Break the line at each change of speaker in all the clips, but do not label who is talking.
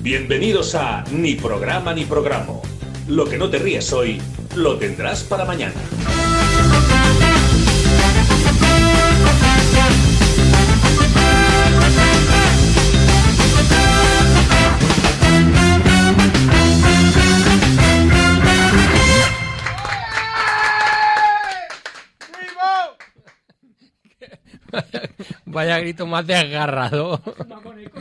Bienvenidos a Ni programa ni programa. Lo que no te ríes hoy, lo tendrás para mañana.
Vaya grito más desgarrado.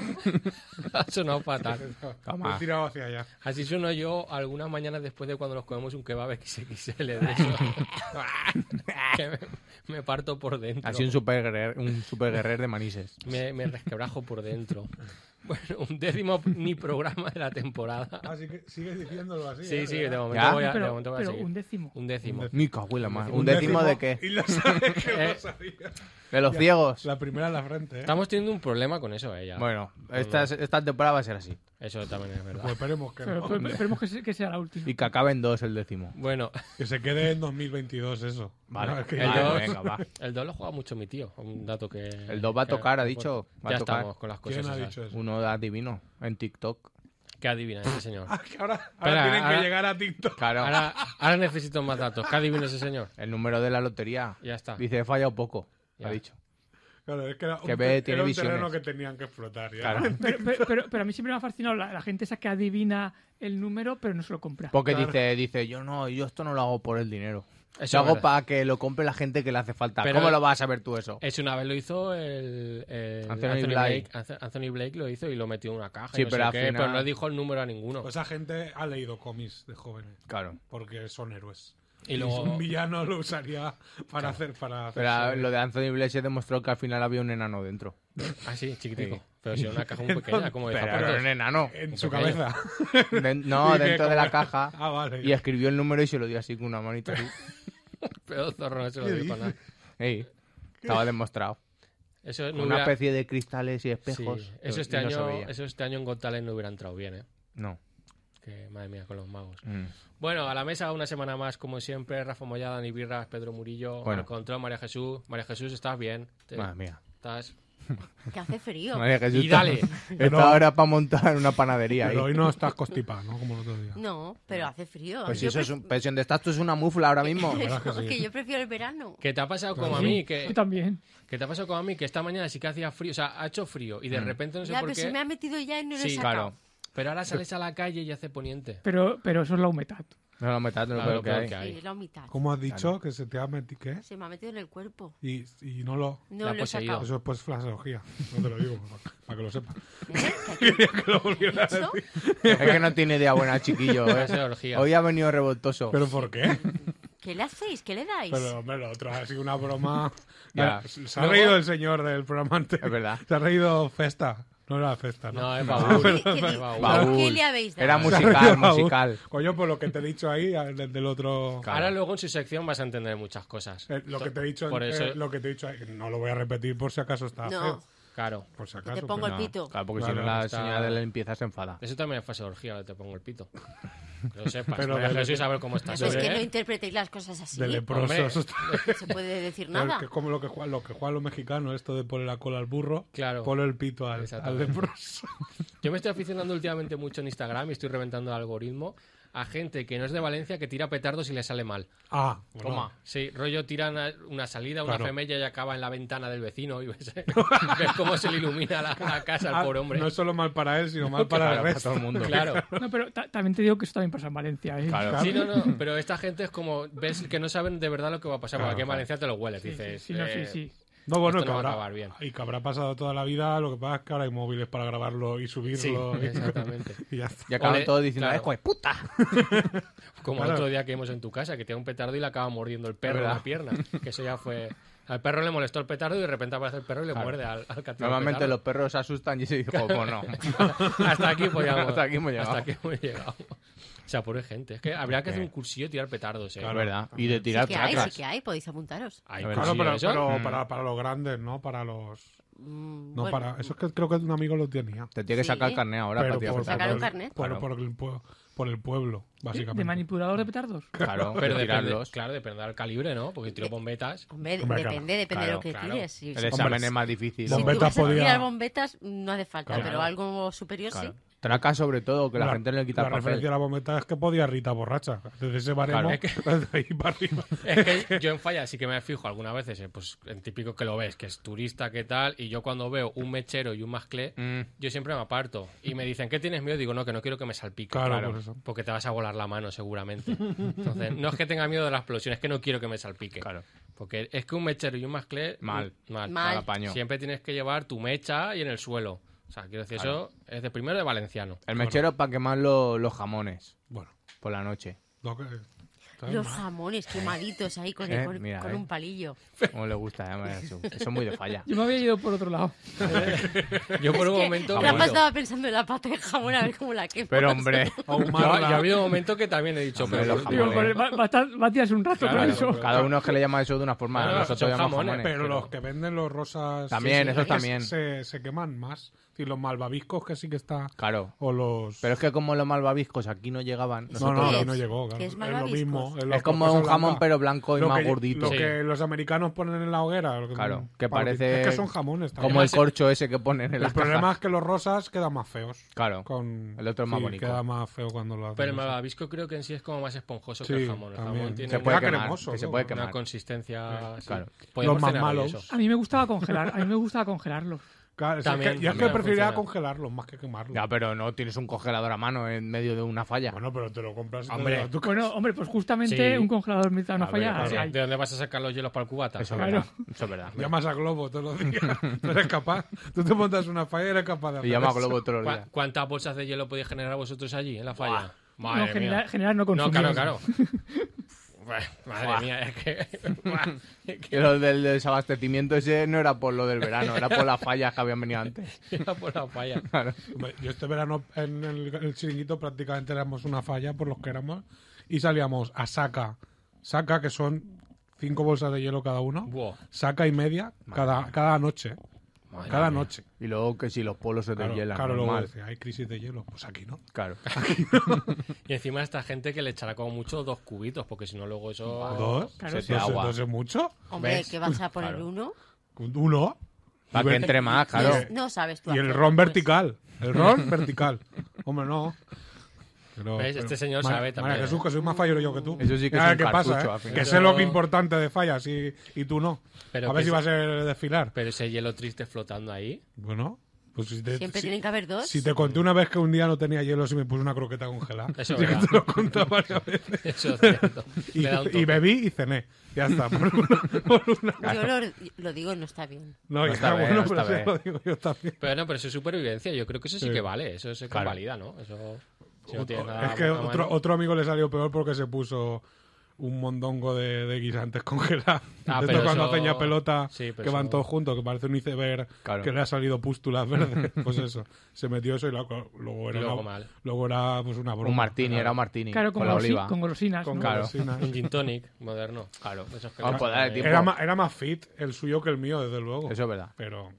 ha sonado fatal.
Toma.
He tirado hacia allá.
Así sueno yo algunas mañanas después de cuando nos comemos un kebab XXL de eso. que me, me parto por dentro.
Ha sido un super guerrer, un super guerrer de manises.
me, me resquebrajo por dentro. Bueno, un décimo ni programa de la temporada.
Así que sigues Ah, diciéndolo así.
Sí,
¿eh?
sí,
¿Verdad?
de momento
¿Ya?
voy a, de
Ah, pero
momento voy a
pero
seguir.
un décimo.
Un décimo.
Un
Mi caguela más.
décimo.
¿Un décimo de qué?
Y lo sabes que
Eh.
lo sabía.
De los
Ya.
ciegos.
La primera en la frente, ¿eh?
Estamos teniendo un problema con eso, eh, ya.
Bueno, esta, esta temporada va a ser así.
Eso también es
Pues
verdad.
esperemos que
Pero,
no.
pero- esperemos que, se- que sea la última.
Y que acabe en dos el décimo.
Bueno,
Que se quede en 2022 eso.
Vale,
No, es que
el
ya-
Vale,
dos.
venga, va.
el 2 lo juega mucho mi tío. Un dato que.
El 2 va a
que- pues,
tocar, ha dicho. Va
ya
a tocar.
estamos con las cosas.
¿Quién ha
esas.
dicho eso?
Uno da divino en TikTok.
Que adivina ese señor.
Ah, que ahora, ahora
Espera,
tienen
ahora-
que llegar a TikTok.
Claro.
Ahora, ahora necesito más datos. ¿Qué adivina ese señor?
El número de la lotería.
Ya está.
Dice, he fallado poco.
Ya.
Ha dicho.
Claro, es que era un,
Que ve,
ter-
tiene
era un
visiones.
terreno que tenían que explotar. ya.
Claro.
Pero, pero- pero- pero a mí siempre me ha fascinado la, la gente esa que adivina el número, pero no se lo compra.
Porque
Claro.
dice, dice, yo no, yo esto no lo hago por el dinero.
Eso
lo
es
hago
verdad.
para que lo compre la gente que le hace falta.
Pero- Eh,
¿Cómo lo vas a saber tú eso?
Es una vez lo hizo el, el
Anthony Blake.
Anth- Anthony Blake lo hizo y lo metió en una caja. y
Sí,
no
pero
sé
al
qué,
final-
pero no dijo el número a ninguno.
O esa gente ha leído cómics de jóvenes
Claro.
porque son héroes.
y luego
Un villano lo usaría para hacer. Para hacer
Oh. Pero lo de Anthony Iglesias demostró que al final había un enano dentro.
así ah, chiquitico.
Sí.
Pero si era una caja muy pequeña, como de
Pero
zapatos.
era un enano.
Eh,
En su
pequeño.
cabeza.
Den- no,
Dije,
dentro de
como-
la caja.
Ah, vale.
Y escribió el número y se lo dio así con una manita. así.
Pero zorro no se lo
¿Qué
dijo
dices?
nada.
Ey, estaba demostrado.
Eso
Con
no
una
hubiera-
especie de cristales y
sí,
espejos.
eso,
y
este
no se
año,
veía.
eso este año en Got Talent no hubiera entrado bien, ¿eh?
No.
Que, madre mía, con los magos.
Mm.
Bueno, a la mesa una semana más, como siempre. Rafa Mollada, Dani Birras, Pedro Murillo.
Bueno.
Al control, María Jesús. María Jesús, estás bien. Te-
Madre mía.
Estás.
Que hace frío.
María Jesús,
Y dale.
Está
Pero-
está ahora para montar una panadería. ahí.
Pero hoy no estás constipado, ¿no? Como el otro día.
No, pero hace frío.
Pues si
Yo
eso es
pref-
un pensión de estatus, es una mufla ahora mismo.
verdad que sí.
que yo prefiero el verano.
¿Qué te ha pasado como a mí? Que,
Tú también.
que te ha pasado como a mí? Que esta mañana sí que hacía frío. O sea, ha hecho frío y de repente no sé
ya,
por
pero se
qué.
me ha metido ya y no lo he
Sí,
sacado.
claro.
Pero ahora sales a la calle y hace poniente.
Pero, pero eso es la humedad.
No lo metas, no
Claro,
lo creo que
claro
hay.
que-
Sí, la mitad.
¿Cómo has dicho que se te ha metido? ¿Qué?
Se me ha metido en el cuerpo.
Y, y no lo.
La
No
ha
lo he
poseído.
sacado.
Eso es pues fraseología. No te lo digo, para, para que lo sepas.
¿Eh?
Quería que lo
¿Qué
volviera a
has dicho?
decir.
Es que no tiene idea buena, chiquillo.
Voy a
¿eh?
hacer orgía.
Hoy ha venido revoltoso.
¿Pero por qué?
¿Qué le hacéis? ¿Qué le dais?
Pero, hombre, lo otro ha sido una broma.
Ya.
Se ha
Luego-
reído el señor del programa antes.
Es verdad.
Se ha reído Festa. No era Festa, ¿no?
No, es
¿Qué-
baúl.
qué
es
di-
baúl.
Baúl.
¿Qué le habéis dado?
Se
Era
ha
musical,
reído Raúl.
musical.
Coño, por lo que te he dicho ahí, del, del otro.
Ahora luego en su sección vas a entender muchas cosas.
eh, lo que te he dicho,
Por
eh,
eso,
lo que te he dicho ahí. No lo voy a repetir por si acaso está
No,
feo.
claro.
Por si
que
acaso.
te pongo el
pero-
pito.
Claro, porque si
Claro,
no la
está-
señora de la limpieza se enfada.
Eso también es fase de orgía, ahora te pongo el pito. Que lo sepas.
Pero
María
de-
Jesús, a ver cómo estás.
Es
¿eh?
Pues que no interpretéis las cosas así.
De
No
leprosos.
Hombre.
Esto-
se puede decir
Claro,
nada.
que es como lo que juegan lo que juegan los mexicanos, esto de poner la cola al burro,
Claro.
ponle el pito al, al
Exactamente.
leproso.
Yo me estoy aficionando últimamente mucho en Instagram y estoy reventando el algoritmo a gente que no es de Valencia que tira petardos y le sale mal.
Ah, bueno.
Sí, rollo tira una, una salida, una
Claro.
femella y acaba en la ventana del vecino y ves, ves cómo se le ilumina la, la casa
Ah,
al pobre hombre.
No es solo mal para él, sino mal para
Claro,
el
para
resto.
todo el mundo.
Claro.
No, pero ta- también te digo que eso también pasa en Valencia. ¿eh?
Claro.
Sí, no, no, pero esta gente es como, ves que no saben de verdad lo que va a pasar, porque aquí en Valencia te lo hueles,
Sí, sí,
dices.
sí, no, sí,
eh,
sí.
No, bueno,
Esto
que
no va a
habrá,
acabar bien.
y que habrá pasado toda la vida, lo que pasa es que ahora hay móviles para grabarlo y
sí,
subirlo. y-
exactamente.
y ya está.
Y acaban
Ole,
todos diciendo,
claro.
"Ah, hijo de puta!
Como el
Claro.
otro día que vimos en tu casa, que tiene un petardo y le acaba mordiendo el perro en la
¿Verdad?
pierna. Que eso ya fue. Al perro le molestó el petardo y de repente aparece el perro y le muerde al, al que ha tirado el
Normalmente
petardo.
los perros se asustan y se dijo, pues no.
Hasta aquí hemos llegado.
Hasta aquí hemos llegado.
Hasta aquí hemos llegado. O sea, pobre gente. Es que habría que hacer un cursillo de tirar petardos, ¿eh?
Es verdad. Y de tirar
sí que hay, sí
chacas.
que hay, podéis apuntaros.
Hay
Claro,
Claro,
cursillo
pero,
de eso.
pero para, para los grandes, no para los.
Mm,
No
bueno,
para. Eso es que creo que un amigo lo tenía.
Te tiene que
Sí.
sacar el carné ahora para
Pero
tirar
por,
Sacar un
por-
petardos.
carnet.
por-
Claro.
por el, pue- por el pueblo, básicamente.
¿De manipulador de petardos?
Claro,
Pero
de
depende,
tirarlos.
claro, depende del calibre, ¿no? Porque tiro bombetas.
Hombre,
Hombre,
depende, depende de
claro,
lo que
claro.
tires. Si,
El
si
examen es más difícil.
Bombetas
tú vas a
podía-
tirar bombetas, no hace falta,
Claro.
pero algo superior
Claro.
sí.
traca sobre todo, que la, gente no le quita
la
el papel.
referencia a la bombeta es que podía Rita borracha. Desde ese baremo,
Claro.
Es que-
desde ahí para arriba.
Es que yo en falla sí que me fijo algunas veces, eh, pues en típico que lo ves, que es turista, que tal, y yo cuando veo un mechero y un masclé,
Mm.
yo siempre me aparto. Y me dicen, ¿qué tienes miedo? Digo, no, que no quiero que me salpique.
Claro, por eso.
Porque te vas a volar la mano seguramente. Entonces, no es que tenga miedo de la explosión, es que no quiero que me salpique.
Claro.
Porque es que un mechero y un masclé... mm,
Mal.
Mal.
Mal.
Mal apaño.
Siempre tienes que llevar tu mecha y en el suelo. O sea, quiero decir, eso es de primero de valenciano.
El mechero para quemar lo- los jamones
Bueno,
por la noche.
no, que, está
Los
mal.
jamones quemaditos ahí con,
Eh,
con-
mira,
con
eh.
un palillo.
Como le gusta, ¿eh? María Jesús? Eso es muy de falla.
Yo me había ido por otro lado.
Yo por
Es
un
que
momento...
Rafa
Bueno.
estaba pensando en la pata de jamón a ver cómo la quema.
Pero hombre,
Yo, yo ha habido un momento que también he dicho,
Hombre,
pero
los
Digo,
Jamones.
va, va a estar- va a tirarse un rato
Claro,
con
claro,
eso.
pero-
cada uno es que le llama eso de una forma.
No, no,
Nosotros
son
llamamos
jamones,
jamones.
Pero los que venden los rosas.
También,
Sí, sí,
esos
es que
también.
Se, se queman más. Sí, los malvaviscos que sí que está.
Claro.
O los.
Pero es que como los malvaviscos aquí no llegaban,
no,
nosotros
no,
¿Qué
aquí
es?
no llegó. claro.
¿Qué es
es lo
malvaviscos?
mismo.
Es como un jamón, pero blanco y
Lo
más
que-
gordito.
Lo que los americanos ponen en la hoguera. lo que-
Claro, que
para-
parece
Es que son jamones también.
como el corcho ese que ponen en
El
las
problema
cajas.
es que los rosas quedan más feos.
Claro.
Con...
El otro es más
sí,
bonito.
queda más feo cuando lo hacen.
Pero el
así.
malvavisco creo que en sí es como más esponjoso
Sí,
que el jamón. El jamón
también.
tiene
Se
una-
puede
Queda
quemar,
cremoso,
que se
¿no?
puede
una
quemar.
consistencia. sí.
Claro.
Podemos
Los más
cenar hoy
malos.
eso.
A mí me gustaba congelar, a mí me gustaba congelarlos.
Claro, es que,
También-
y es que
también
preferiría
funciona.
congelarlos más que quemarlos.
Ya, pero no tienes un congelador a mano en medio de una falla.
Bueno, pero te lo compras. y te lo
Hombre.
llevas a tu
Bueno, hombre, pues justamente
Sí.
un congelador militar no
A ver,
falla.
a
O sea,
hay.
¿De dónde vas a sacar los hielos para el cubata?
eso, es
claro.
verdad, eso es verdad.
Llamas a Globo todos los días. No eres capaz. Tú te montas una falla y eres capaz de hacer
Y llama a
eso.
Globo todos los
¿Cuá-
días.
¿Cuántas bolsas de hielo podéis generar vosotros allí en la falla?
No,
Madre mía.
generar, generar
No,
no consumir.
claro, claro. Buah, Madre mía, es que. Buah, es que
Que lo del desabastecimiento ese no era por lo del verano, era por las fallas que habían venido antes.
iba por la falla.
Hombre, Yo este verano en el, el chiringuito prácticamente éramos una falla por los que éramos. Y salíamos a saca. Saca, que son cinco bolsas de hielo cada uno.
Buah.
Saca y media cada, cada noche.
Madre
cada
mía.
noche.
Y luego que si los polos se
Claro,
deshielan,
claro, luego
normal.
decía, hay crisis de hielo. Pues aquí no.
Claro.
Y encima esta gente que le echará como mucho dos cubitos, porque si no, luego eso.
¿Dos?
Claro,
Se
sí.
te agua.
¿Dos es mucho?
Hombre,
¿Ves?
¿qué vas a poner
Claro.
uno?
¿Uno?
Para que entre más, claro.
No, no sabes tú.
Y el
hacer,
ron
pues.
vertical. El ron vertical. Hombre, no. Pero-
¿Ves? Este señor
María-
sabe también,
María Jesús, que soy más fallero yo que tú.
Eso sí que es
Mira
un
qué
cartucho,
pasa,
al
¿eh?
final.
Que
Eso-
sé lo que importante de fallas y, y tú no.
Pero
a ver
que
si
es-
vas a desfilar.
Pero ese hielo triste flotando ahí.
Bueno, pues si te,
Siempre
si-
tienen que haber dos.
si te conté una vez que un día no tenía hielo y me puse una croqueta congelada.
Eso es
Sí que
verdad.
te lo conté varias veces.
Eso es cierto.
Y,
Le da un
y
toque.
bebí y cené. Ya está. por una- por una-
Yo lo, lo digo, no está bien.
No,
No
hija,
está bien,
bueno,
no
pero
está
se lo digo yo también.
Pero no, pero eso es supervivencia. Yo creo que eso sí,
Sí.
que vale. Eso se convalida, ¿no? Eso. si no tienes nada
Es que
a mano-
otro, otro amigo le salió peor porque se puso un mondongo de, de guisantes congelados.
Ah,
de
pero
esto cuando
eso-
hacen ya pelota,
Sí, pero
que van
eso-
todos juntos, que parece un iceberg,
Claro.
que le ha salido pústulas verdes. Pues eso, se metió eso y la- luego era,
Y luego
una-
mal.
luego era pues una broma.
Un martini, era un martini.
Claro, con,
con la
golosi-
oliva.
con golosinas.
Con
¿no?
claro.
golosinas.
Un gin tonic moderno. Claro. Esos que
Ah,
le
Vamos
pues,
a poder,
ponen ahí.
tipo-
Era, ma- era más fit el suyo que el mío, desde luego.
Eso es verdad.
Pero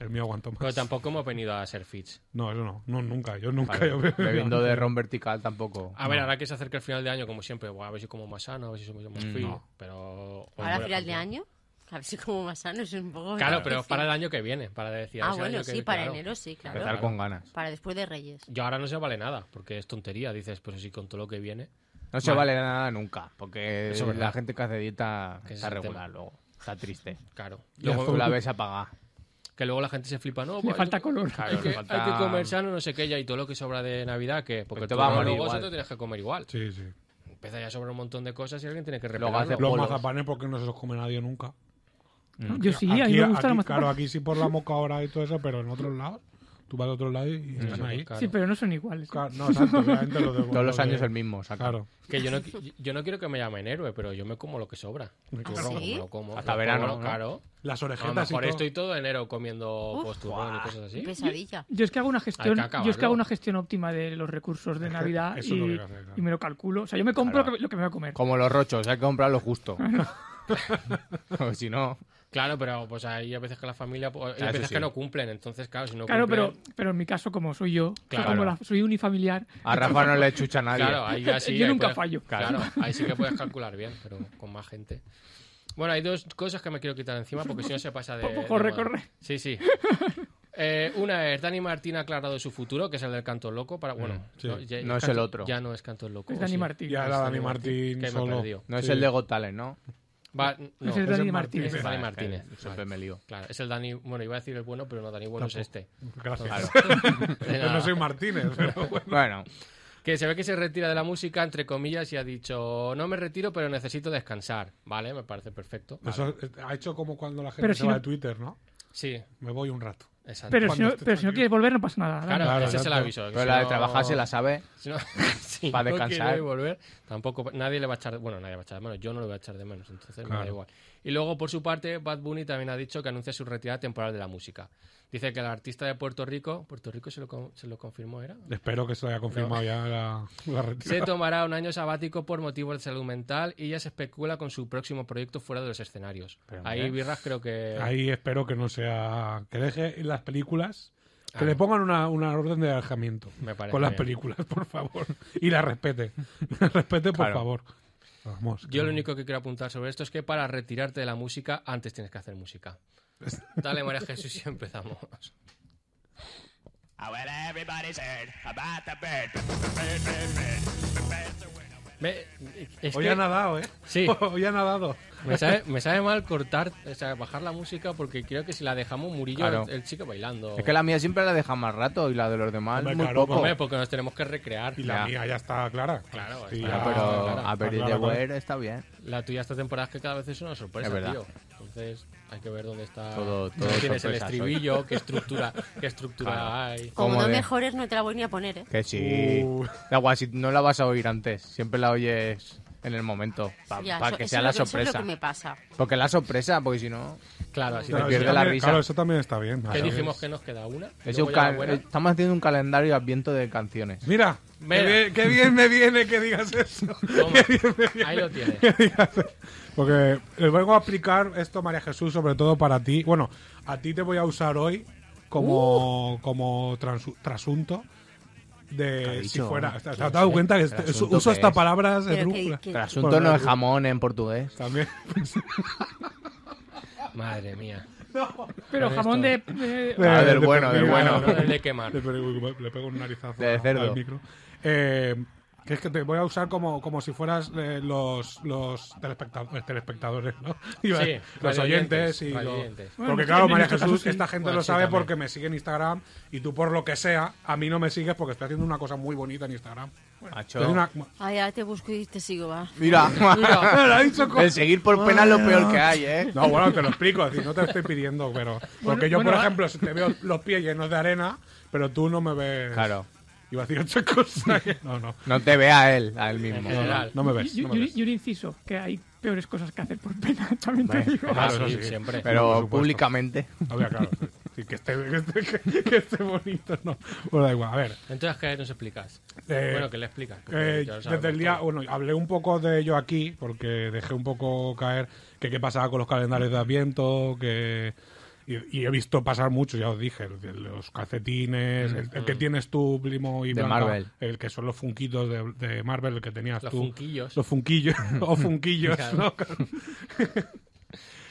el mío aguantó más.
Pero tampoco hemos venido a ser fits.
No, eso no. No, nunca. Yo nunca.
Claro,
yo-
Bebiendo de ron vertical tampoco.
Ah,
A ver, ahora que se acerca el final de año, como siempre, buah, a ver si como más sano, a ver si somos más fit. Pero.
Pues
Ahora,
hombre,
final de año, a ver si como más sano es un poco.
Claro, pero
difícil.
para el año que viene. Para decir.
Ah,
ese año
bueno,
que-
sí, para
claro.
enero sí, claro.
Empezar con ganas.
Para después de Reyes.
Yo ahora no se vale nada, porque es tontería. Dices, pues sí, con todo lo que viene.
No se vale nada nunca, porque
Eso es verdad.
la gente que hace dieta
Que ese
está
es el
regular luego. Está triste.
Claro.
Luego
Luego-
la ves apagada.
que luego la gente se flipa, no,
Le
pues,
falta color.
Ah,
Hay que,
le falta-
hay que comer sano, no sé qué, ya, y todo lo que sobra de Navidad, que porque
Pero te
tú
va a
no,
morir
luego
igual.
eso te tienes que comer igual.
Sí, sí.
Empieza ya a sobrar un montón de cosas y alguien tiene que
Luego
repelarlo.
hace
Los
Polos.
mazapanes porque no se los come nadie nunca.
Yo sí, a mí me gustan
aquí,
los
Claro,
mazapanes.
aquí sí por la moca ahora y todo eso, pero en otros lados, tú vas a otros lados y están ahí.
Claro.
Sí, pero no son iguales.
Claro, No, exacto, obviamente lo de-
Todos los
lo de-
años el mismo, saca.
Claro.
Que yo no, qui- yo no quiero que me llamen héroe, pero yo me como lo que sobra. Turrón,
sí?
me lo como.
Hasta
Lo
verano,
como,
¿no?
Claro.
Las
A lo
orejetas y
mejor
todo.
estoy todo enero comiendo
Uf,
pues, turrón y cosas así.
Pesadilla.
Yo es que hago una gestión,
Hay que
yo es que hago
acabarlo.
una gestión óptima de los recursos de Navidad
eso es lo que hay
y,
que hacer, claro.
y me lo calculo. O sea, yo me compro
Claro.
lo, que, lo que me voy a comer.
Como los rochos, hay que comprarlo justo. Porque si no,
Claro, pero pues hay a veces que la familia, pues, hay
Ah, eso
veces
sí.
que no cumplen, entonces claro, si no
Claro, pero,
cumplen,
pero en mi caso, como soy yo, soy
Claro.
como la- soy unifamiliar,
a Rafa no le chucha a nadie.
Claro, ahí ya sí,
Yo
ahí
nunca
puedes-
fallo.
Claro, ahí sí que puedes calcular bien, pero con más gente. Bueno, hay dos cosas que me quiero quitar encima porque si no se pasa de.
Corre,
de moda.
corre.
Sí, sí. Eh, una es Dani Martín ha aclarado su futuro, que es el del canto loco. Para, bueno,
sí.
ya-
Mm, No es
Canto-
el otro.
Ya no es canto loco.
Oh,
Es
¿o
pues Dani
sí?
Martín.
Ya
Es
era Dani Martín
que me he
solo.
perdido.
No es
Sí.
el de Got Talent, ¿no?
Va- no,
es el
es
Dani
el Martín,
Martínez.
es Dani
Ah,
Martínez.
que Siempre
Vale.
me lío.
Claro, es el Dani. Bueno, iba a decir el bueno, pero no, Dani bueno es este.
Gracias.
De
Yo
nada.
no soy Martínez, pero bueno.
Bueno,
pues Que se ve que se retira de la música, entre comillas, y ha dicho: No me retiro, pero necesito descansar. Vale, me parece perfecto. Vale.
Eso eh, ha hecho como cuando la gente
Pero
se
si
va
no-
de Twitter, ¿no?
Sí,
Me voy un rato.
exacto.
Pero si,
Cuando
no,
estés
pero si no
tranquilo.
quieres volver, no pasa nada. ¿no?
claro,
Claro,
ese es el
claro.
aviso. que
pero
si
la de
no-
trabajar se la sabe.
Si no, si
Pa'
no
descansar.
quiere volver, tampoco nadie le va a echar bueno nadie va a echar de menos yo no le voy a echar de menos entonces me da
Claro.
igual y luego por su parte Bad Bunny también ha dicho que anuncia su retirada temporal de la música dice que el artista de Puerto Rico Puerto Rico se lo, con- se lo confirmó era
Espero que se haya confirmado ya la, la retirada.
se tomará un año sabático por motivos de salud mental y ya se especula con su próximo proyecto fuera de los escenarios ahí Birras creo que
Ahí espero que no sea. Que deje las películas. Que le pongan una, una orden de alejamiento.
Ah. Me parece
Con las
bien.
películas, por favor. Y la respete. La respete, por
Claro.
favor. Vamos.
yo
que-
lo único que quiero apuntar sobre esto es que para retirarte de la música antes tienes que hacer música dale María Jesús y empezamos Me- es
Hoy
que-
ha nadado, ¿eh?
Sí.
Hoy ha nadado.
Me sabe, me sabe mal cortar, o sea, bajar la música porque creo que si la dejamos Murillo
Claro.
el chico bailando.
Es que la mía siempre la deja más rato y la de los demás
Hombre,
muy
claro,
poco. Ah,
Hombre, porque nos tenemos que recrear.
Y la
Ya.
mía ya está clara.
Claro,
Sí,
está
ya-
Ya, pero
pues, claro, pues.
a
está
ver, de
clara, claro.
Weir está bien.
La tuya esta temporada es que cada vez es una sorpresa,
Es verdad.
tío. Entonces hay que ver dónde está.
Todo- todo
dónde tienes el
sorpresas hoy.
estribillo, qué estructura, qué estructura hay.
Como
¿Cómo
no
de?
mejores, no te la voy ni a poner, ¿eh?
Que sí.
Uh.
Da igual, si no la vas a oír antes. Siempre la oyes en el momento. Para
Ya, eso-
que
eso
sea
es
la
lo que- Eso es
sorpresa.
lo que me pasa.
Porque la sorpresa, porque si no.
Claro, así
Claro,
que-
sí. pierde
eso
la
también-
risa.
Claro, eso también está bien.
que
Claro.
dijimos que nos queda una.
es
Luego
un
ya la
cal- eh,
buena.
Estamos haciendo un calendario adviento de canciones.
Mira,
Mira.
Qué, bien, qué bien me viene que digas eso.
Toma, ahí lo tienes.
Porque les vengo a aplicar esto, María Jesús, sobre todo para ti. Bueno, a ti te voy a usar hoy como, como transu- trasunto
Uh. ¿Qué ha
de si
dicho?
fuera. ¿Te has dado cuenta que este-
¿Trasunto
uso
qué
hasta
es?
palabras
Pero que-
esdrújulas?
que-
El asunto
Bueno, eh,
no es
no.
jamón en portugués.
También.
Madre mía.
Pero
Con
jamón de.
esto.
de-
Ah, del bueno, del
pepino.
bueno.
No, no, de quemar.
Le pego, le pego un narizazo
De
a-
cerdo.
al micro. Eh, que es que te voy a usar como, como si fueras eh, los, los telespectadores, telespectadores ¿no? Iba a-
Sí,
los oyentes
radioyentes,
y los-
radioyentes.
Bueno,
Porque
en
claro,
este
María
caso
Jesús,
sí.
esta gente
Bueno,
lo
sí,
sabe
también.
porque me sigue en Instagram y tú por lo que sea, a mí no me sigues porque estoy haciendo una cosa muy bonita en Instagram.
Macho.
Estoy haciendo una-
Ay, ahora te busco y te sigo, va.
Mira,
Lo ha dicho con-
el seguir por pena es lo peor que hay, ¿eh?
No, bueno, te lo explico, es decir, no te lo estoy pidiendo, pero... Porque yo,
bueno,
por
ah.
ejemplo, si te veo los pies llenos de arena, pero tú no me ves...
Claro.
Iba a decir otra cosa. No, no.
No te ve a él, a él mismo.
En general.
No me
Y-
ves.
y-
no me
y-
ves.
y un inciso, que hay peores cosas que hacer por pena, también te digo.
Ah,
Claro,
sí,
eso sí.
siempre.
Por
Pero
supuesto.
públicamente.
A ver, claro. sí. Sí, que, esté, que, esté, que- que esté bonito, no. Bueno, da igual. A ver.
Entonces, ¿qué nos explicas?
Eh,
bueno, que le explicas. porque
eh,
ya lo sabemos
desde el día,
todo.
bueno, hablé un poco de ello aquí, porque dejé un poco caer que qué pasaba con los calendarios de Adviento, que. Y, y he visto pasar mucho, ya os dije, el de los calcetines, el, el que tienes tú, Primo, y
De
Blanca,
Marvel.
el que son los funquitos de, de Marvel, el que tenías
Los
tú.
funquillos.
Los funquillos, o funquillos, ¿no?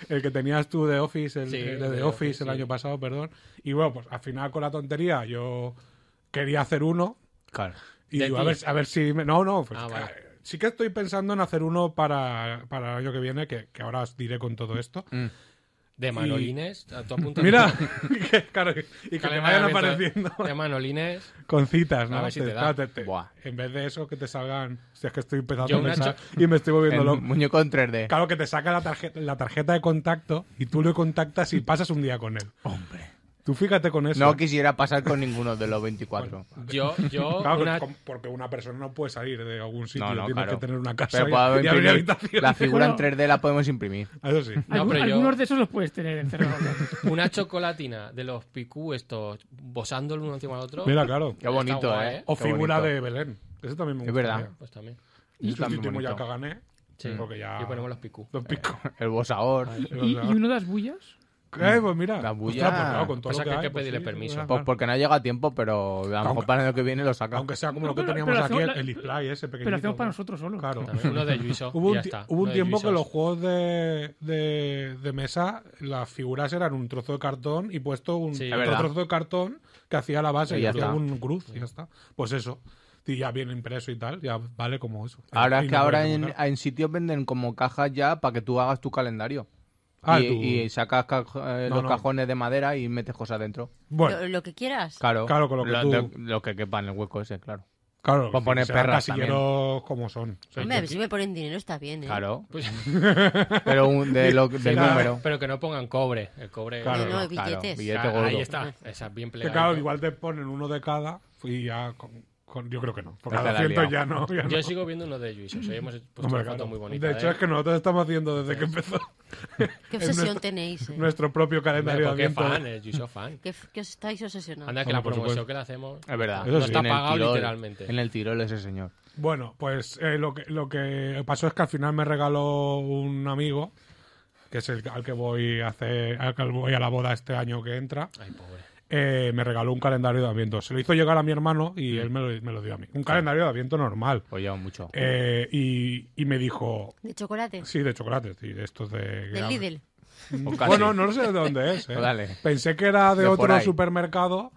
el que tenías tú de Office, el
Sí,
el de
de
The
The
Office,
Office,
el
sí.
año pasado, perdón. Y bueno, pues al final con la tontería yo quería hacer uno,
Claro.
y
De
digo,
ti.
a ver, a ver si... me- no, no, pues,
Ah, vale.
eh, sí que estoy pensando en hacer uno para, para el año que viene, que, que ahora os diré con todo esto.
Mm. De Manolines. a tu apunta-
Mira, que, claro, y que me vayan
Calentamiento
apareciendo
De Manolines.
con citas, ¿no?
A ver si te da.
claro, te-
Buah.
En vez de eso, que te salgan... Si es que estoy empezando
Yo
a
una
pensar
cho-
y me estoy volviendo
El
loco.
muñeco en 3D.
Claro, que te saca la tarjeta, la tarjeta de contacto y tú le contactas y pasas un día con él.
Hombre.
Tú fíjate con eso.
No quisiera pasar con ninguno de los 24.
Yo, yo,
Claro,
una-
con- porque una persona no puede salir de algún sitio,
No, no,
tiene
claro.
que tener una casa
Pero
y-
puedo
y, abrir
imprimir-
habitación.
la figura en
Bueno.
3D la podemos imprimir.
Eso sí.
No,
Algun-
pero yo-
Algunos de esos los puedes tener encerrados.
una chocolatina de los picú estos, bosando el uno encima del otro.
Mira, claro.
Qué bonito,
guay, ¿eh?
¿eh?
O
Qué
figura
bonito.
de Belén. Eso también me
Es
gusta.
verdad.
Pues también.
Eso está muy
Sustituimos ya a
bonito. Eh,
Kagané.
Sí.
Ah.
Porque ya...
Y ponemos los picú.
Los picos.
El bosador.
y, y uno de las bullas,
Eh, pues mira.
La bulla.
Ostras, pues claro, con todo
Pasa
lo que,
que hay que
pues
pedirle
sí,
permiso.
¿verdad?
Pues porque no ha llegado a tiempo, pero a lo mejor
Aunque-
para el año que viene lo saca.
Aunque sea como lo que
Pero- pero
teníamos aquí,
hacemos la-
el display ese pequeño.
Pero lo hacemos para nosotros solos.
Claro.
También Uno de Yuiso.
Hubo
y
un,
ya
ti-
está.
hubo un
Uno de
tiempo que
Yuisos.
los juegos de, de, de mesa, las figuras eran un trozo de cartón y puesto un
Sí. Es
otro
verdad.
trozo de cartón que hacía la base
Y
y,
ya
hacía
está.
un cruz y ya está. Pues eso. Y ya viene impreso y tal, ya vale como eso.
Ahora
Y
es que
no
ahora
puedes
en,
emular.
en sitios venden como cajas ya para que tú hagas tu calendario.
Ah,
y,
tú-
y sacas ca- eh,
No,
los
no.
cajones de madera y metes cosas dentro.
Bueno,
Lo, lo que quieras.
Claro,
Claro, con lo que tú-
de- lo que quepa en el hueco ese, claro.
claro.
Pues poner
serán
perras
casilleros como son. O sea,
Hombre, a ver,
que-
si me ponen dinero está bien, ¿eh?
Claro.
Pues-
Pero un- de lo- del
claro.
número.
Pero que no pongan cobre. El cobre.
Claro,
No, no, billetes.
billete
Ah, ahí
gordo.
está. Esa bien
Que
plegada.
claro, igual te ponen uno de cada y ya con, con- yo creo que no. Porque
Ya te la
a
has
200
liado.
ya no. ya no.
Yo sigo viendo uno de Yuisos. Hoy hemos puesto
Hombre,
una foto
claro.
muy bonita.
de hecho,
¿eh?
es que nosotros estamos haciendo desde que empezó
¿Qué
Es
obsesión
nuestro-
tenéis, eh?
nuestro propio
Hombre,
calendario de
porque es
viento.
fan, es Yuiso fan.
¿Qué, f- qué os estáis obsesionados?
Anda, que la
¿eh? Hombre, por
promoción
supuesto.
que le hacemos
Es verdad.
no
Eso sí.
está
En el
pagado
Tirol-
literalmente.
En el Tirol ese señor.
Bueno, pues eh, lo, que, lo que pasó es que al final me regaló un amigo, que es el al que voy a hacer, al que voy a la boda este año que entra.
Ay, pobre.
eh, me regaló un calendario de Adviento. Se lo hizo llegar a mi hermano
Mm.
y él me lo, me lo dio a mí. Un calendario de Adviento normal.
Pues lleva mucho.
Eh, y, y me dijo,
¿De chocolate?
sí, de chocolate, sí, de estos de...
¿Del Lidl?
O casi.
Bueno, no lo sé de dónde es. ¿eh?
Dale.
Pensé que era de,
De por
otro
ahí.
supermercado,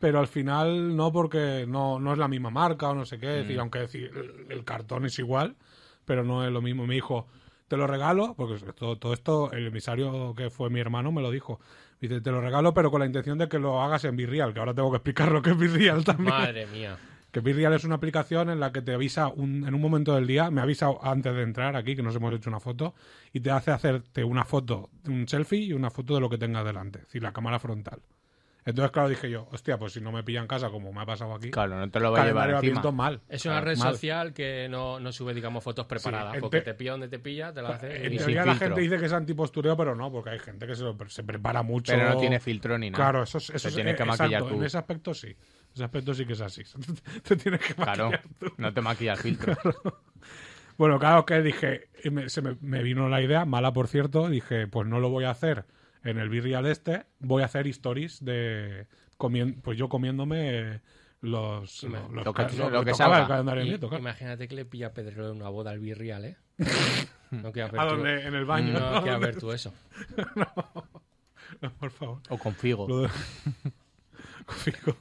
pero al final no, porque no, no es la misma marca o no sé qué. Es
Mm.
decir, aunque decir, el, el cartón es igual, pero no es lo mismo. Me dijo, te lo regalo, porque todo, todo esto, el emisario que fue mi hermano me lo dijo. Dice, te lo regalo, pero con la intención de que lo hagas en Virreal, que ahora tengo que explicar lo que es Virreal también.
Madre mía.
Que Virreal es una aplicación en la que te avisa un- en un momento del día, me avisa antes de entrar aquí, que nos hemos hecho una foto, y te hace hacerte una foto, un selfie y una foto de lo que tengas delante, es decir, la cámara frontal. Entonces, claro, dije yo, hostia, pues si no me pillan en casa, como me ha pasado aquí,
Claro, no te lo va a llevar
calendario de
encima.
Adviento mal.
Es una
Claro,
red
Ah, mal.
social que no, no sube, digamos, fotos preparadas.
en
porque
te-
te pilla donde te pilla, te la hace.
En
Y
y-
sin
teoría la
filtro.
gente dice que es antipostureo, pero no, porque hay gente que se, lo- se prepara mucho.
Pero no tiene filtro ni nada.
Claro, eso, es- eso
Te
es-
tienes que
eh,
maquillar
exacto,
tú.
En ese aspecto sí. En ese aspecto sí que es así. te tienes que
Claro,
maquillar tú.
no te maquilla el filtro.
Bueno, claro que dije, y me, se me, me vino la idea, mala por cierto, dije, pues no lo voy a hacer en el Virreal este, voy a hacer stories de comien- pues yo comiéndome los,
Ima-
los- los-
lo que-
los-
lo
los
que
tocaba
salga.
el calendario
y-
nieto, claro.
Imagínate que le pilla a Pedrero en una boda al virreal, ¿eh? No quieras ver,
A
tú-
donde, en el baño,
no
¿no?
quieras ver tú eso.
Mm.
por favor.
O con Figo.
Lo de- Fijo.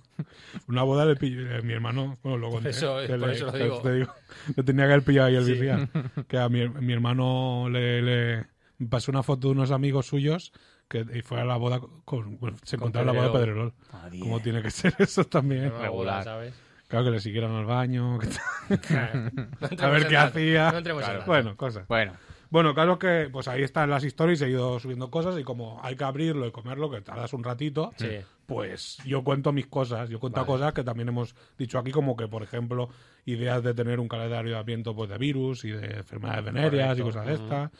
Una boda de mi hermano, bueno, lo conté.
Eso,
que
por
le-
eso lo
que
digo.
te le tenía que haber pillado ahí el Virreal. Que a mi, mi hermano le, le pasó una foto de unos amigos suyos que y fue a la boda con, con- se
Con
encontraron en la boda de Pedrerol.
Madre.
¿Cómo tiene que ser eso también?
Una boda,
Regular.
¿sabes?
Claro que le siguieron al baño. que tal.
No entremos
a ver
en
qué
nada.
hacía.
No entremos en
Claro.
nada.
Bueno, cosas.
Bueno,
Bueno, claro que pues ahí están las stories, he ido subiendo cosas y como hay que abrirlo y comerlo, que tardas un ratito,
Sí.
pues yo cuento mis cosas, yo cuento cosas que también hemos dicho aquí, como que por ejemplo, ideas de tener un calendario de adviento pues, de virus y de enfermedades venéreas y cosas de estas.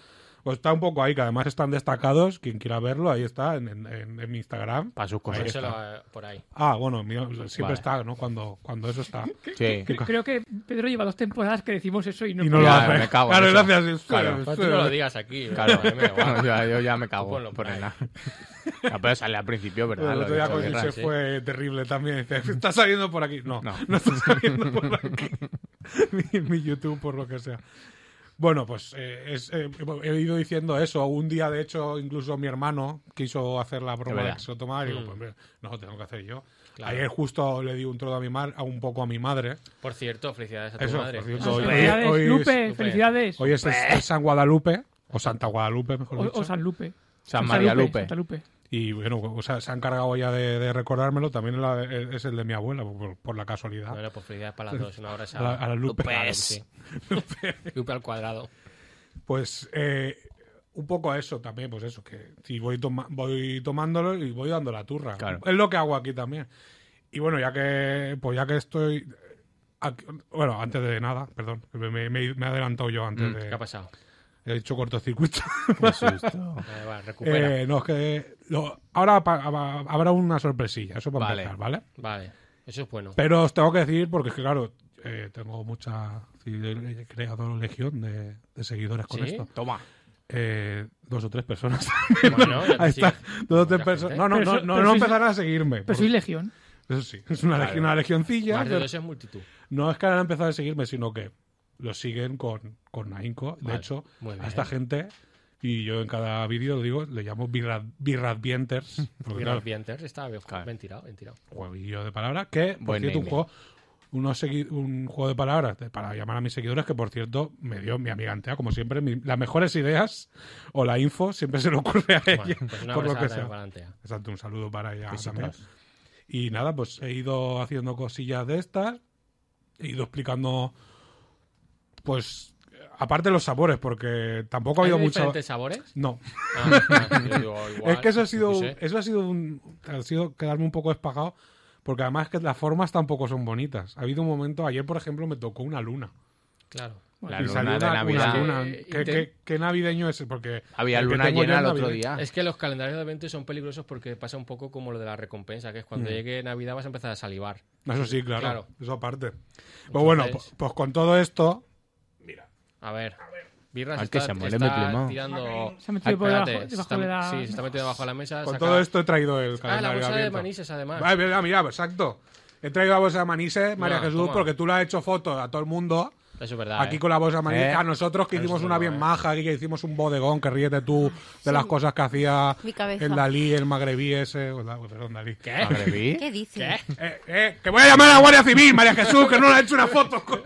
Pues está un poco ahí, que además están destacados, quien quiera verlo, ahí está, en, en- en- en mi Instagram.
para sus
Por
pues
eso
cosas.
la- eh, por ahí.
Ah, bueno, mío, siempre
Vale.
está, ¿no? Cuando, cuando eso está.
Sí.
Cre- Creo que Pedro lleva dos temporadas que decimos eso y no,
Y no lo
Ya,
hace.
me cago en
claro,
eso.
gracias.
Claro.
Pues tú no lo digas aquí.
Claro,
pero a mí me da igual.
yo, yo ya me cago
ponlo por
por
ahí.
el nada. No, pero sale al principio, ¿verdad?
El
Lo
otro
de
día
hecho,
con
guerra.
Yusef
sí.
fue terrible también. Dice, ¿estás saliendo por aquí? No,
No.
no, estás saliendo por aquí. mi, mi YouTube, por lo que sea. Bueno, pues eh, es- eh, he ido diciendo eso. Un día, de hecho, incluso mi hermano quiso hacer la broma de
verdad.
que se lo tomaba y digo, pues hombre, no, tengo que hacer yo. Ayer justo le di un trozo a mi madre, a un poco a mi madre.
Por cierto, felicidades a tu
Eso,
madre.
por cierto, hoy,
Felicidades,
hoy es-
Lupe,
Lupe.
felicidades.
hoy es, es San Guadalupe, o Santa Guadalupe, mejor
o,
dicho.
o San Lupe.
San María Lupe.
Santa Lupe.
Y bueno, o sea, se han encargado ya de, de recordármelo. También la- es el de mi abuela, por, por la casualidad.
Bueno, pues felicidades para las dos. Una hora
a la, a la Eh. Lupe.
Claro que sí. Lupe al cuadrado.
Pues eh, un poco a eso también, pues eso, que si voy, toma- voy tomándolo y voy dando la turra.
Claro.
Es lo que hago aquí también. Y bueno, ya que, pues ya que estoy... aquí- bueno, antes de nada, perdón, me, me- me he adelantado yo antes
¿Qué ha
de...
pasado?
He hecho cortocircuito.
Qué susto.
Vale, va, recupera.
Oh. Eh, no, es que... lo- ahora pa- ha- habrá una sorpresilla, eso para
Vale.
empezar, ¿vale?
Vale, eso es bueno.
Pero os tengo que decir, porque es que claro, eh, tengo mucha... sí, he creado legión de, de seguidores con
¿Sí?
esto.
Toma.
eh, dos o tres personas.
Bueno, ya te
Ahí está.
sigues.
Dos o tres
Mucha
personas.
gente. ¿eh?
No, no,
Pero
no,
so-
no,
pero
no
sois-
empezaron a seguirme. por-
Pero soy legión.
Eso sí, es una,
Claro.
legi- una legioncilla.
Más de
pero-
dos es multitud.
No es que han empezado a seguirme, sino que lo siguen con, con ahínco. De
Vale,
hecho,
muy bien.
a esta gente, y yo en cada vídeo lo digo, le llamo birra- birradvienters, porque
Y
Pues claro,
los Vienters estaba bien,
Claro.
bien tirado, bien tirado.
jueguillo de palabras, que por
Buen
cierto, un
naming.
juego, unos segui- un juego de palabras de- para llamar a mis seguidores, que por cierto me dio mi amiga Antea, como siempre, mi- las mejores ideas o la info siempre se le ocurre a ella,
Bueno, pues una
Eh, por lo que
abrazada también
sea.
para Antea.
Exacto, un saludo para ella también.
Visitas.
Y nada, pues he ido haciendo cosillas de estas, he ido explicando, pues, aparte los sabores, porque tampoco ha
¿Hay
habido
de
mucho...
diferentes sabores?
No,
Ah, ah, yo digo, igual,
es que eso ha
yo
sido,
qué
un-
sé.
eso ha sido, un, ha sido quedarme un poco espagado, porque además que las formas tampoco son bonitas. Ha habido un momento, ayer por ejemplo me tocó una luna.
Claro.
La
Y
luna
salió
de
una- una
Navidad.
luna.
Eh,
¿Qué,
inten-
qué- qué navideño es? Porque
Había
el que
luna
tengo yo
llena
es
el otro
navideño.
día.
Es que los calendarios de eventos son peligrosos porque pasa un poco como lo de la recompensa, que es
Mm.
cuando llegue Navidad vas a empezar a salivar.
Eso sí, claro.
Claro.
Eso aparte. Pues bueno,
Entonces-
pues, pues con todo esto,
A ver. Birras
Al
está,
que se muele,
está
me plimo.
tirando...
Se ha metido por
Espérate,
debajo,
se
debajo
está-
de la.
Sí, se está metiendo debajo de la mesa.
con
saca-
todo esto he traído el
Ah, la
calendario
bolsa de
abierto.
manises, además.
Vale, mira, mira, exacto. He traído la bolsa de manises, María
No,
Jesús,
toma.
porque tú le has hecho fotos a todo el mundo.
Eso es verdad.
aquí
eh.
con la bolsa de manises.
Eh.
A nosotros que
A
hicimos
nosotros
una
no,
bien
eh.
maja, aquí que hicimos un bodegón, que ríete tú
Ah,
de las cosas que hacía
Mi cabeza.
el Dalí, el magrebí ese. o la- Perdón, Dalí.
¿Qué?
Magrebí.
¿Qué dices?
Eh, eh, que voy a llamar a la Guardia Civil, María Jesús, que no le ha hecho una foto. con-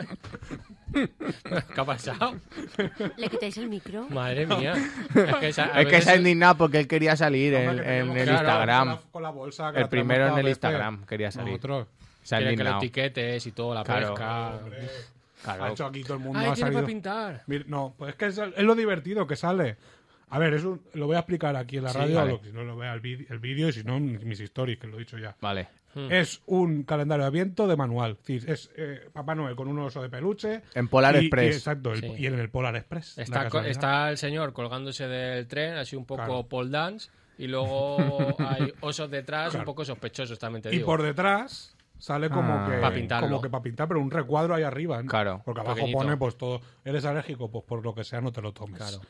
¿Qué ha pasado?
¿Le quitáis el micro?
Madre mía. Es que, esa- a
Es que
veces-
se ha indignado porque él quería salir en,
Hombre, que
en
tenemos
el
que-
Instagram.
Con la, con la bolsa. que
El
la este
primero
traemos
en el
cada vez,
Instagram quería salir.
Nosotros.
Se ha
Quieren que los
indignado.
tiquetes y todo, la
Claro.
pesca.
Claro.
Ha hecho aquí todo el mundo.
Ay,
ha
tiene
salido.
para pintar.
Mira, no, pues es que es, es lo divertido que sale. A ver, es un- lo voy a explicar aquí en la
Sí,
radio,
vale.
lo- si no lo vea el vídeo el vídeo y si no, en mis stories, que lo he dicho ya.
Vale.
Hmm.
Es un calendario de viento de manual. Es, decir, es eh, Papá Noel con un oso de peluche.
En Polar
y- y
Express.
exacto, el-
Sí.
y en el Polar Express. la
Está, co-
casualidad.
está el señor colgándose del tren, así un poco
Claro.
pole dance, y luego hay osos detrás, un
Claro.
poco sospechosos, también te
Y
digo.
por detrás sale como
Ah.
que
Pa' pintarlo.
como que para pintar, pero un recuadro ahí arriba. ¿no?
Claro.
Porque abajo
Pequeñito.
pone pues todo. Eres alérgico, pues por lo que sea no te lo tomes.
Claro.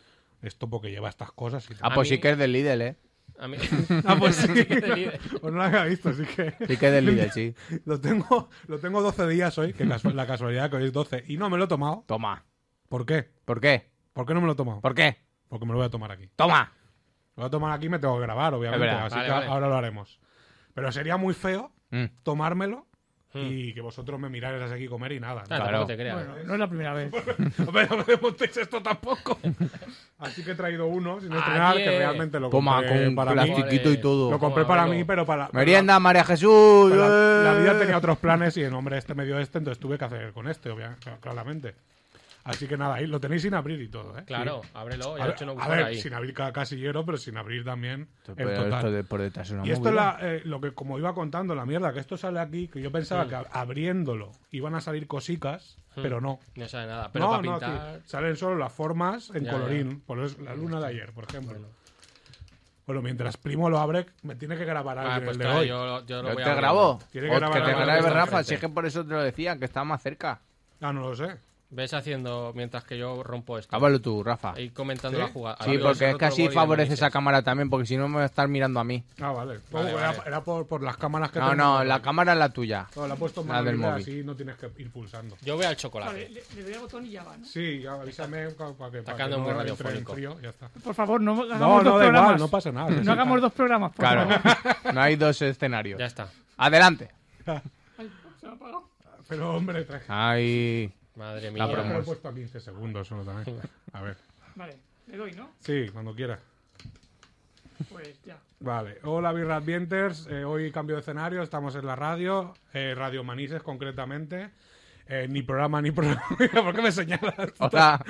Esto porque lleva estas cosas. Y
Ah,
A
pues
mí-
sí que es del Lidl, ¿eh?
A mí- Ah,
Ah, pues sí.
de líder.
Pues no la había visto, así que.
Sí que es del Lidl, sí.
Lo tengo, lo tengo 12 días hoy, que casu- la casualidad que hoy es 12. Y no me lo he tomado.
Toma.
¿Por qué?
¿Por qué?
¿Por qué no me lo he tomado?
¿Por qué?
Porque me lo voy a tomar aquí.
Toma.
Lo voy a tomar aquí y me tengo que grabar, obviamente.
Es verdad.
así
Vale,
que
vale.
ahora lo haremos. Pero sería muy feo
Mm.
tomármelo
Hmm.
y que vosotros me miráis aquí comer y nada.
Ah,
¿no?
tampoco te creas.
Bueno, no es la primera vez.
Hombre, no me desmontéis esto tampoco. Así que he traído uno, sin estrenar,
bien.
que realmente lo
Toma,
compré
con un
para mí.
plastiquito y
Lo
eh, Joder.
todo.
compré para
Toma,
mí,
luego.
pero para...
Merienda, María Jesús.
Pero Pues la, la vida
eh.
tenía otros planes y el hombre este medio este, entonces tuve que hacer con este, obvia- claramente. Así que nada, ahí lo tenéis sin abrir y todo, ¿eh?
Claro, ábrelo,
Sí.
ya
A
lo he
ver,
hecho no
a
buscar
ver,
ahí.
sin abrir ca- casillero, pero sin abrir también
Pero
el total.
esto de por detrás es una
y esto es
movida.
la- eh, lo que, como iba contando, la mierda, que esto sale aquí, que yo
Mm.
pensaba que ab- abriéndolo iban a salir cosicas, pero no.
No sabe nada, Mm. pero
no,
para
no,
pintar.
sí, salen solo las formas en
Ya,
colorín. Por eso es la luna de ayer, por ejemplo. Bueno. mientras Primo lo abre, me tiene que grabar
Ah,
alguien
pues
el de
claro,
hoy.
yo, lo- yo lo
Yo
voy
te
a
grabo. O Que
Tiene
te
que grabar la
grabe
cámara
Rafa,
enfrente.
si es que por eso te lo decía, que estaba más cerca.
Ah, no lo sé.
Ves haciendo mientras que yo rompo esto.
Háblalo tú, Rafa.
Y comentando
¿Sí?
la jugada.
Sí, porque es que así favorece esa cámara también, porque si no me va a estar mirando a mí.
Ah, vale.
Vale,
Oh, era,
vale.
era por, por las cámaras que
No,
tenemos.
no, la cámara es la tuya.
No, la he puesto en
la del
manualidad,
móvil.
así no tienes que ir pulsando.
Yo voy al
Vale,
chocolate.
le, le doy al botón y ya va, ¿no?
Sí, ya avísame para que, para que
quedando
no
muy
entre
radiofónico.
en frío, ya está.
Por favor, no hagamos
No,
dos
no, da
programas.
igual, no pasa nada.
No hagamos dos programas, por
Claro,
favor.
no hay dos escenarios.
Ya está.
Adelante.
Ay, se me ha apagado.
Pero, hombre, traje.
Ay,
Madre mía.
La
Pero me lo he
vamos.
puesto a 15 segundos solo también. A ver.
Vale, le doy, ¿no?
Sí, cuando quieras.
Pues ya.
Vale. Hola, Birra Advienters. Eh, hoy cambio de escenario. Estamos en la radio. eh, radio Manises, concretamente. Eh, ni programa, ni programa. ¿Por qué me señalas?
hola.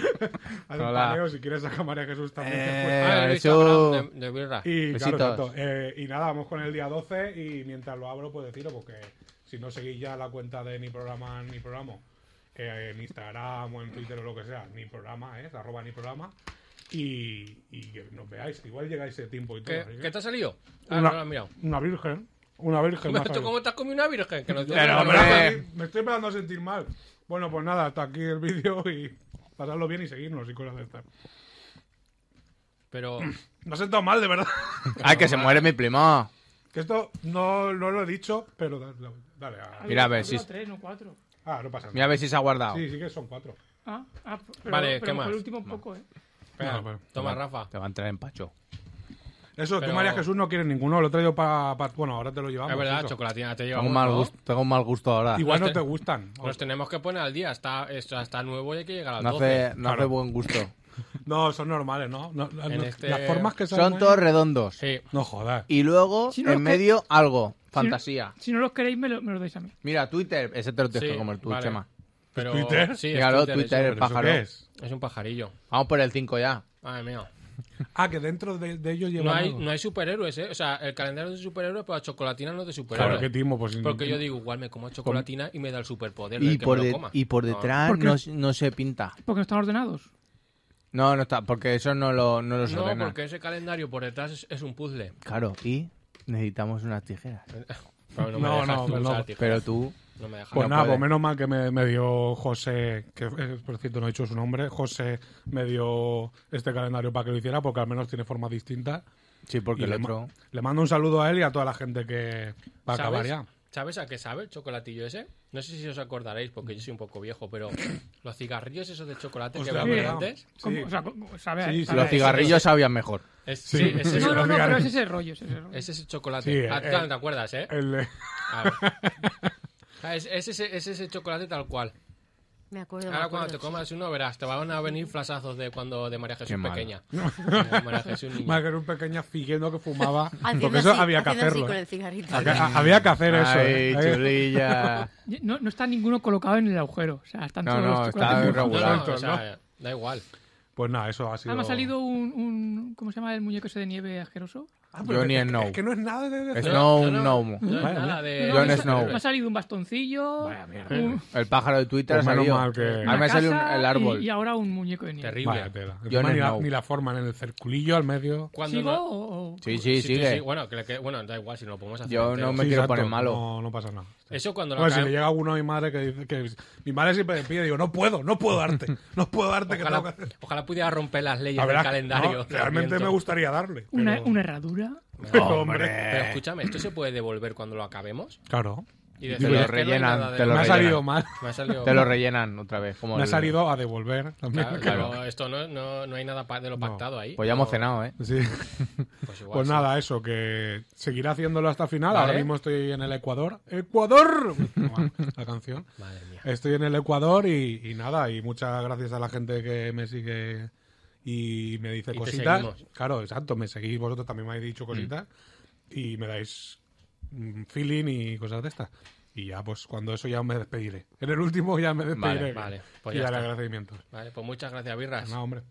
Haz un
Hola.
paneo, si quieres saca a María Jesús también. que
Eh,
fue-
Ah, el
eso-
Instagram de- de Birra.
Y, claro,
Besitos.
tanto, eh, y nada, vamos con el día 12 y mientras lo abro, pues deciros, porque si no seguís ya la cuenta de ni programa ni programa, eh, en Instagram o en Twitter o lo que sea, ni programa, es arroba ni programa, y, y que nos veáis, igual llegáis ese tiempo y todo.
¿Qué,
así que-
qué te ha salido? Ah,
Una-
no lo has mirado.
Una virgen, una virgen. más
¿Tú
algo.
cómo te has comido una virgen? Que no te-
Pero,
no,
hombre.
Me, me estoy empezando a sentir mal. Bueno, pues nada, hasta aquí el vídeo y pasadlo bien y seguirnos y cosas de estas.
Pero
Me ha sentado mal, de verdad.
¡Ay, que se muere mi primo!
que esto no, no lo he dicho, pero da- da- dale. a-
Mira, a ver,
Había
si-
tres, no cuatro.
Ah, no pasa nada.
Mira a ver si se ha guardado.
Sí, sí que son cuatro.
Ah, ah, pero,
Vale,
pero
¿qué
fue
más?
el último un poco, ¿eh?
espera,
No, pero-
toma, Rafa.
Te va a entrar en pacho.
Eso,
Pero-
tú, María Jesús, no quieres ninguno. Lo he traído para. bueno, ahora te lo llevamos.
Es verdad,
eso.
chocolatina te lleva.
Tengo un mal
¿no?
gusto, tengo un mal gusto ahora.
Igual no
Este-
te gustan.
Nos tenemos que poner al día. Está, esto está nuevo y hay que llegar al
No
12.
hace, no hace
Claro.
buen gusto.
No, son normales, ¿no? No, no,
En
no.
este-
Las formas que salen
Son
ahí-
todos redondos.
Sí.
No jodas.
Y luego,
Si no,
en
que-
medio, algo. Fantasía.
Si no los queréis, me lo, me lo dais a mí.
Mira, Twitter. Ese te lo tienes
sí,
que comer tú,
vale.
Chema.
Pero,
Twitter?
Sí, es
Míralo,
Twitter,
Twitter,
es
el
¿Pero eso
pájaro.
qué es?
un- Es un pajarillo.
Vamos por el 5 ya.
Madre mía.
Ah, que dentro de, de ellos llevan.
No hay,
algo.
no hay superhéroes, ¿eh? O sea, el calendario es de superhéroes, pero la chocolatina no es de superhéroes.
Claro, qué timo, pues.
Porque yo digo, igual me como chocolatina y me da el superpoder.
Y
del que
por,
me lo
de-
coma.
y por
No,
detrás
¿Por qué?
no, se- no se pinta.
Porque no están ordenados.
No, no está. Porque eso no lo, no los
No,
ordena.
porque ese calendario por detrás es, es un puzzle.
Claro, y necesitamos unas tijeras.
Pero no, me
No,
dejas
no,
tú
pero
usar
no.
tijeras.
Pero tú...
No me dejas.
Pues
No
nada,
puede.
pues menos mal que me, me dio José, que eh, por cierto no he dicho su nombre, José me dio este calendario para que lo hiciera porque al menos tiene formas distintas.
Sí, porque
Y
el
le, ma-
otro...
le mando un saludo a él y a toda la gente que... Para
¿Sabes?
acabar ya.
¿Sabes a qué sabe el chocolatillo ese? No sé si os acordaréis, porque yo soy un poco viejo, pero los cigarrillos esos de chocolate que
Hostia,
hablábamos
¿verdad?
antes.
Como-
Sí.
O sea, como- sabe,
Sí, sí,
sabe-
Los cigarrillos sabían mejor.
Es, sí.
Sí.
es, ese,
No, no, no,
cigarrillos.
pero es ese rollo, es ese rollo.
es ese chocolate.
Sí,
Ah,
eh,
claro, ¿Te acuerdas, eh?
El-
Ah, ah, es, es ese, es ese chocolate tal cual.
Me acuerdo. me
Ahora
acuerdo,
cuando te
sí,
comas uno verás, te van a venir flasazos de cuando de María Jesús
Qué mal.
pequeña. Como María Jesús niña.
más que era un pequeño figuendo que fumaba.
sí. Haciendo
porque eso
así-
había que
haciendo así
hacerlo.
con
¿eh?
el cigarrito.
Había- a- Había que hacer eso.
Ay,
¿eh?
chulilla.
No, no está ninguno colocado en el agujero. O sea, están
No,
todos
no,
los
está
chocolates.
irregular.
No, no,
Regular.
o sea, da igual.
Pues nada, eso ha sido...
Ah, me ha salido un, un- ¿Cómo se llama el muñeco ese de nieve asqueroso?
Ah, pero
Johnny
es,
Snow.
es que no es nada de... de-
Es- No, un gnomo.
no es
Vaya, mira.
nada de
No,
Eh, Jon
me ha-
de
Snow.
Me ha salido un bastoncillo. un-
El pájaro de Twitter
Pues
ha
menos
salido.
mal que-
Ahí me
una
ha salido un-
casa
el árbol.
Y, y ahora un muñeco de nieve.
Terrible.
Vaya tela. Encima
Johnny
ni, la,
Snow.
ni la forman en el circulillo al medio.
Cuando
¿Sigo
no-
o- o-
Sí, sí,
Sí, sí,
sigue.
sí, bueno, que le que- bueno, da igual si no lo podemos hacer.
Yo
entero.
no me- quiero poner malo.
No, no pasa nada.
Eso cuando lo
Bueno, si
acabe-
le llega alguno a mi madre que dice que mi madre siempre me pide, digo, no puedo, no puedo darte, no puedo darte que tengo que
Ojalá,
hacer".
ojalá pudiera romper las leyes
La verdad,
del calendario.
no, realmente
Sarmiento.
me gustaría darle. pero-
Una, una herradura.
pero, hombre.
Eh.
Pero escúchame, ¿esto se puede devolver cuando lo acabemos?
Claro.
Y
Te
"Es
lo
que no hay
rellenan,
nada de
te lo
Me ha
demás".
rellenan.
salido mal.
Me ha salido.
Te lo rellenan otra vez. Como
Me ha
el-
salido a devolver también.
Claro,
claro.
pero esto no, no, no hay nada pa- de lo pactado ahí.
Pues ya hemos
No,
cenado, ¿eh?
Sí.
Pues, igual,
Pues
sí.
nada, eso, que seguirá haciéndolo hasta final.
Vale.
Ahora mismo estoy en el Ecuador. ¡Ecuador! Bueno, la canción.
Madre mía.
Estoy en el Ecuador y, y nada, y muchas gracias a la gente que me sigue y me dice
Y te
cositas.
seguimos. Mm.
Claro, exacto, me seguís vosotros, también me habéis dicho cositas y me dais mm, feeling y cosas de estas. Y ya, pues cuando eso ya me despediré. En el último ya me despediré.
vale, pues
y
ya
haré
está.
agradecimientos.
Vale, pues muchas gracias, Birras.
No, hombre.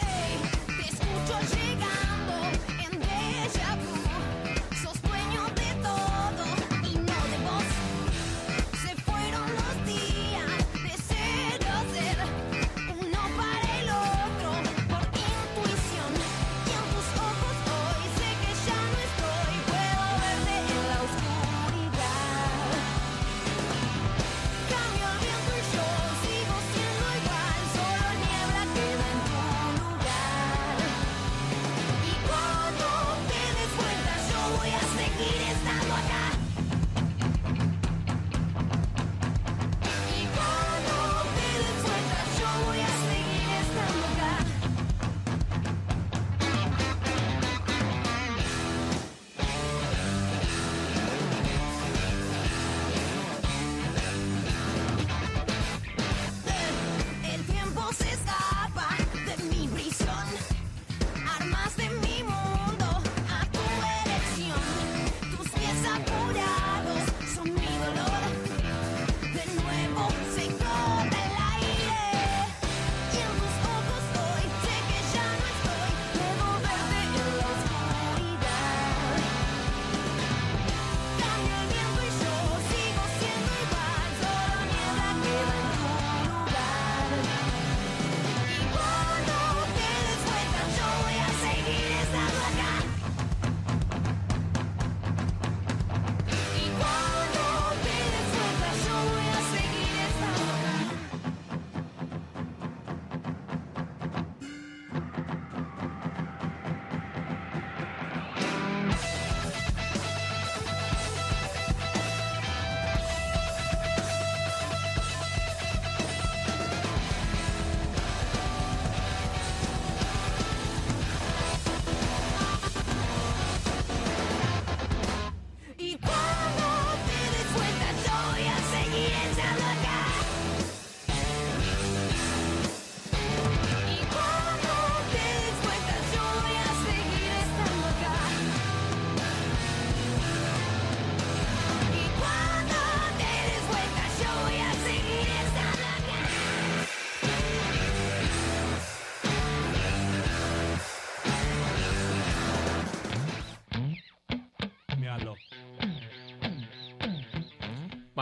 Ey, te escucho llegando en déjà vu. Sos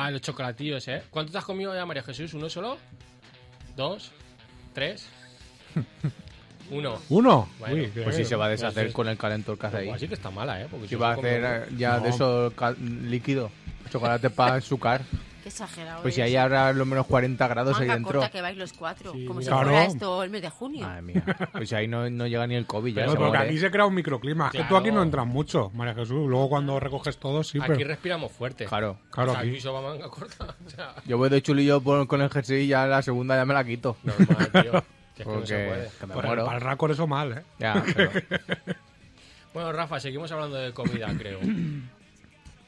Ah, los chocolatillos, ¿eh? ¿Cuánto te has comido ya, María Jesús? ¿Uno solo? ¿Dos? ¿Tres? Uno.
¿Uno?
Bueno,
Uy, qué-
Pues si se va a deshacer
sí.
con el calentor que hace ahí.
Pues Así que está mala, ¿eh? Porque
Si
yo
va
me
a
como-
hacer eh, ya de
No.
eso cal- líquido. Chocolate para azúcar.
Qué exagerado.
Pues si
eres.
ahí habrá lo menos 40 grados ahí
Manga
dentro.
corta que vais los cuatro.
Sí,
como
mira.
si
Claro.
fuera esto el mes de junio.
Madre mía. Pues si ahí no, no llega ni el COVID. Ya
Pero
No,
se
porque
muere.
aquí se crea un microclima. Es que tú
Claro.
aquí no entras mucho, María Jesús. Luego cuando recoges todo, sí,
Aquí
pero.
respiramos fuerte.
Claro.
Claro,
O sea,
aquí.
aquí se va manga corta. O sea,
Yo voy de chulillo por- con el jersey y ya la segunda ya me la quito.
normal, tío. Si es que no se
Porque
puede.
que me
Para,
muero.
para el raco eso mal, ¿eh?
Ya, pero-
Bueno, Rafa, seguimos hablando de comida, creo.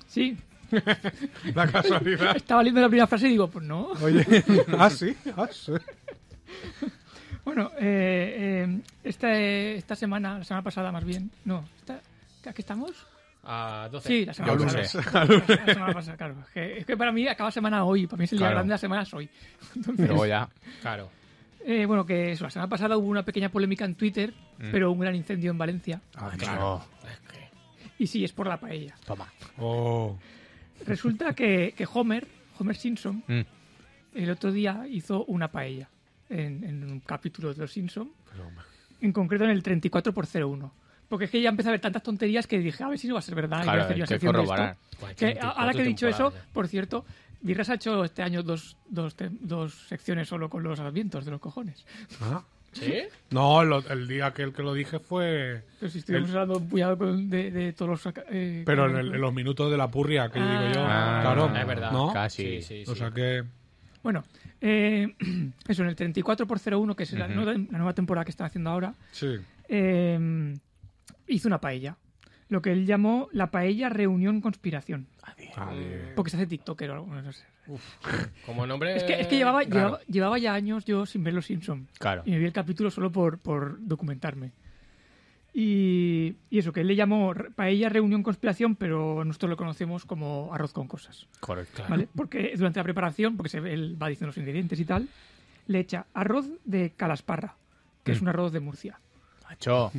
Sí,
La casualidad.
estaba leyendo la primera frase y digo, pues no.
Oye, ah, sí, ah, sí.
Bueno, eh, eh, esta, esta semana, la semana pasada más bien, no, esta, ¿a qué estamos?
A 12.
Sí, la semana
Yo lo
pasada.
sé.
La semana pasada, claro. Es que, es que para mí acaba semana hoy, para mí es el día
Claro.
grande de la semana es hoy. Entonces,
Luego ya.
Claro.
eh, bueno, que eso, la semana pasada hubo una pequeña polémica en Twitter,
Mm.
pero un gran incendio en Valencia.
Ah,
Y sí, es por la paella.
Toma.
Oh,
Resulta que, que Homer, Homer Simpson,
Mm.
el otro día hizo una paella en, en un capítulo de Los Simpson. En concreto en el 34 por 01. Porque es que ya empecé a ver tantas tonterías que dije, a ver si no va a ser verdad. y voy a
Claro,
hacer yo una
hay que
sección de esto.
corroborar.
Pues
Guay,
Que, a- ahora que he dicho eso,
¿eh?
34
por cierto, Birras ha hecho este año dos, dos, te- dos secciones solo con los advientos de los cojones.
ah.
temporadas. ¿Sí?
No, lo- el día que el que lo dije fue.
Pero si estuvimos hablando muy a- de, de todos los... eh,
Pero en,
con-
el- en los minutos de la purria, que yo digo yo.
Ah.
claro.
Es verdad.
¿no?
Casi.
Sí, sí, sí.
O sea que.
Bueno, eh, eso, en el 34 por 01, que es la, nueva, la nueva temporada que están haciendo ahora,
Sí.
eh, hizo una paella. Lo que él llamó la paella reunión conspiración.
Ah,
Porque se hace TikToker o algo. No sé.
Como nombre.
Es que, es que llevaba,
raro.
llevaba, llevaba ya años yo sin ver Los Simpsons.
Claro.
Y me vi el capítulo solo por, por documentarme. Y, y eso, que él le llamó re- paella reunión conspiración, pero nosotros lo conocemos como arroz con cosas.
Correcto.
¿Vale? Porque durante la preparación, porque se, ve- él va diciendo los ingredientes y tal, le echa arroz de calasparra, que es un arroz de Murcia.
Macho.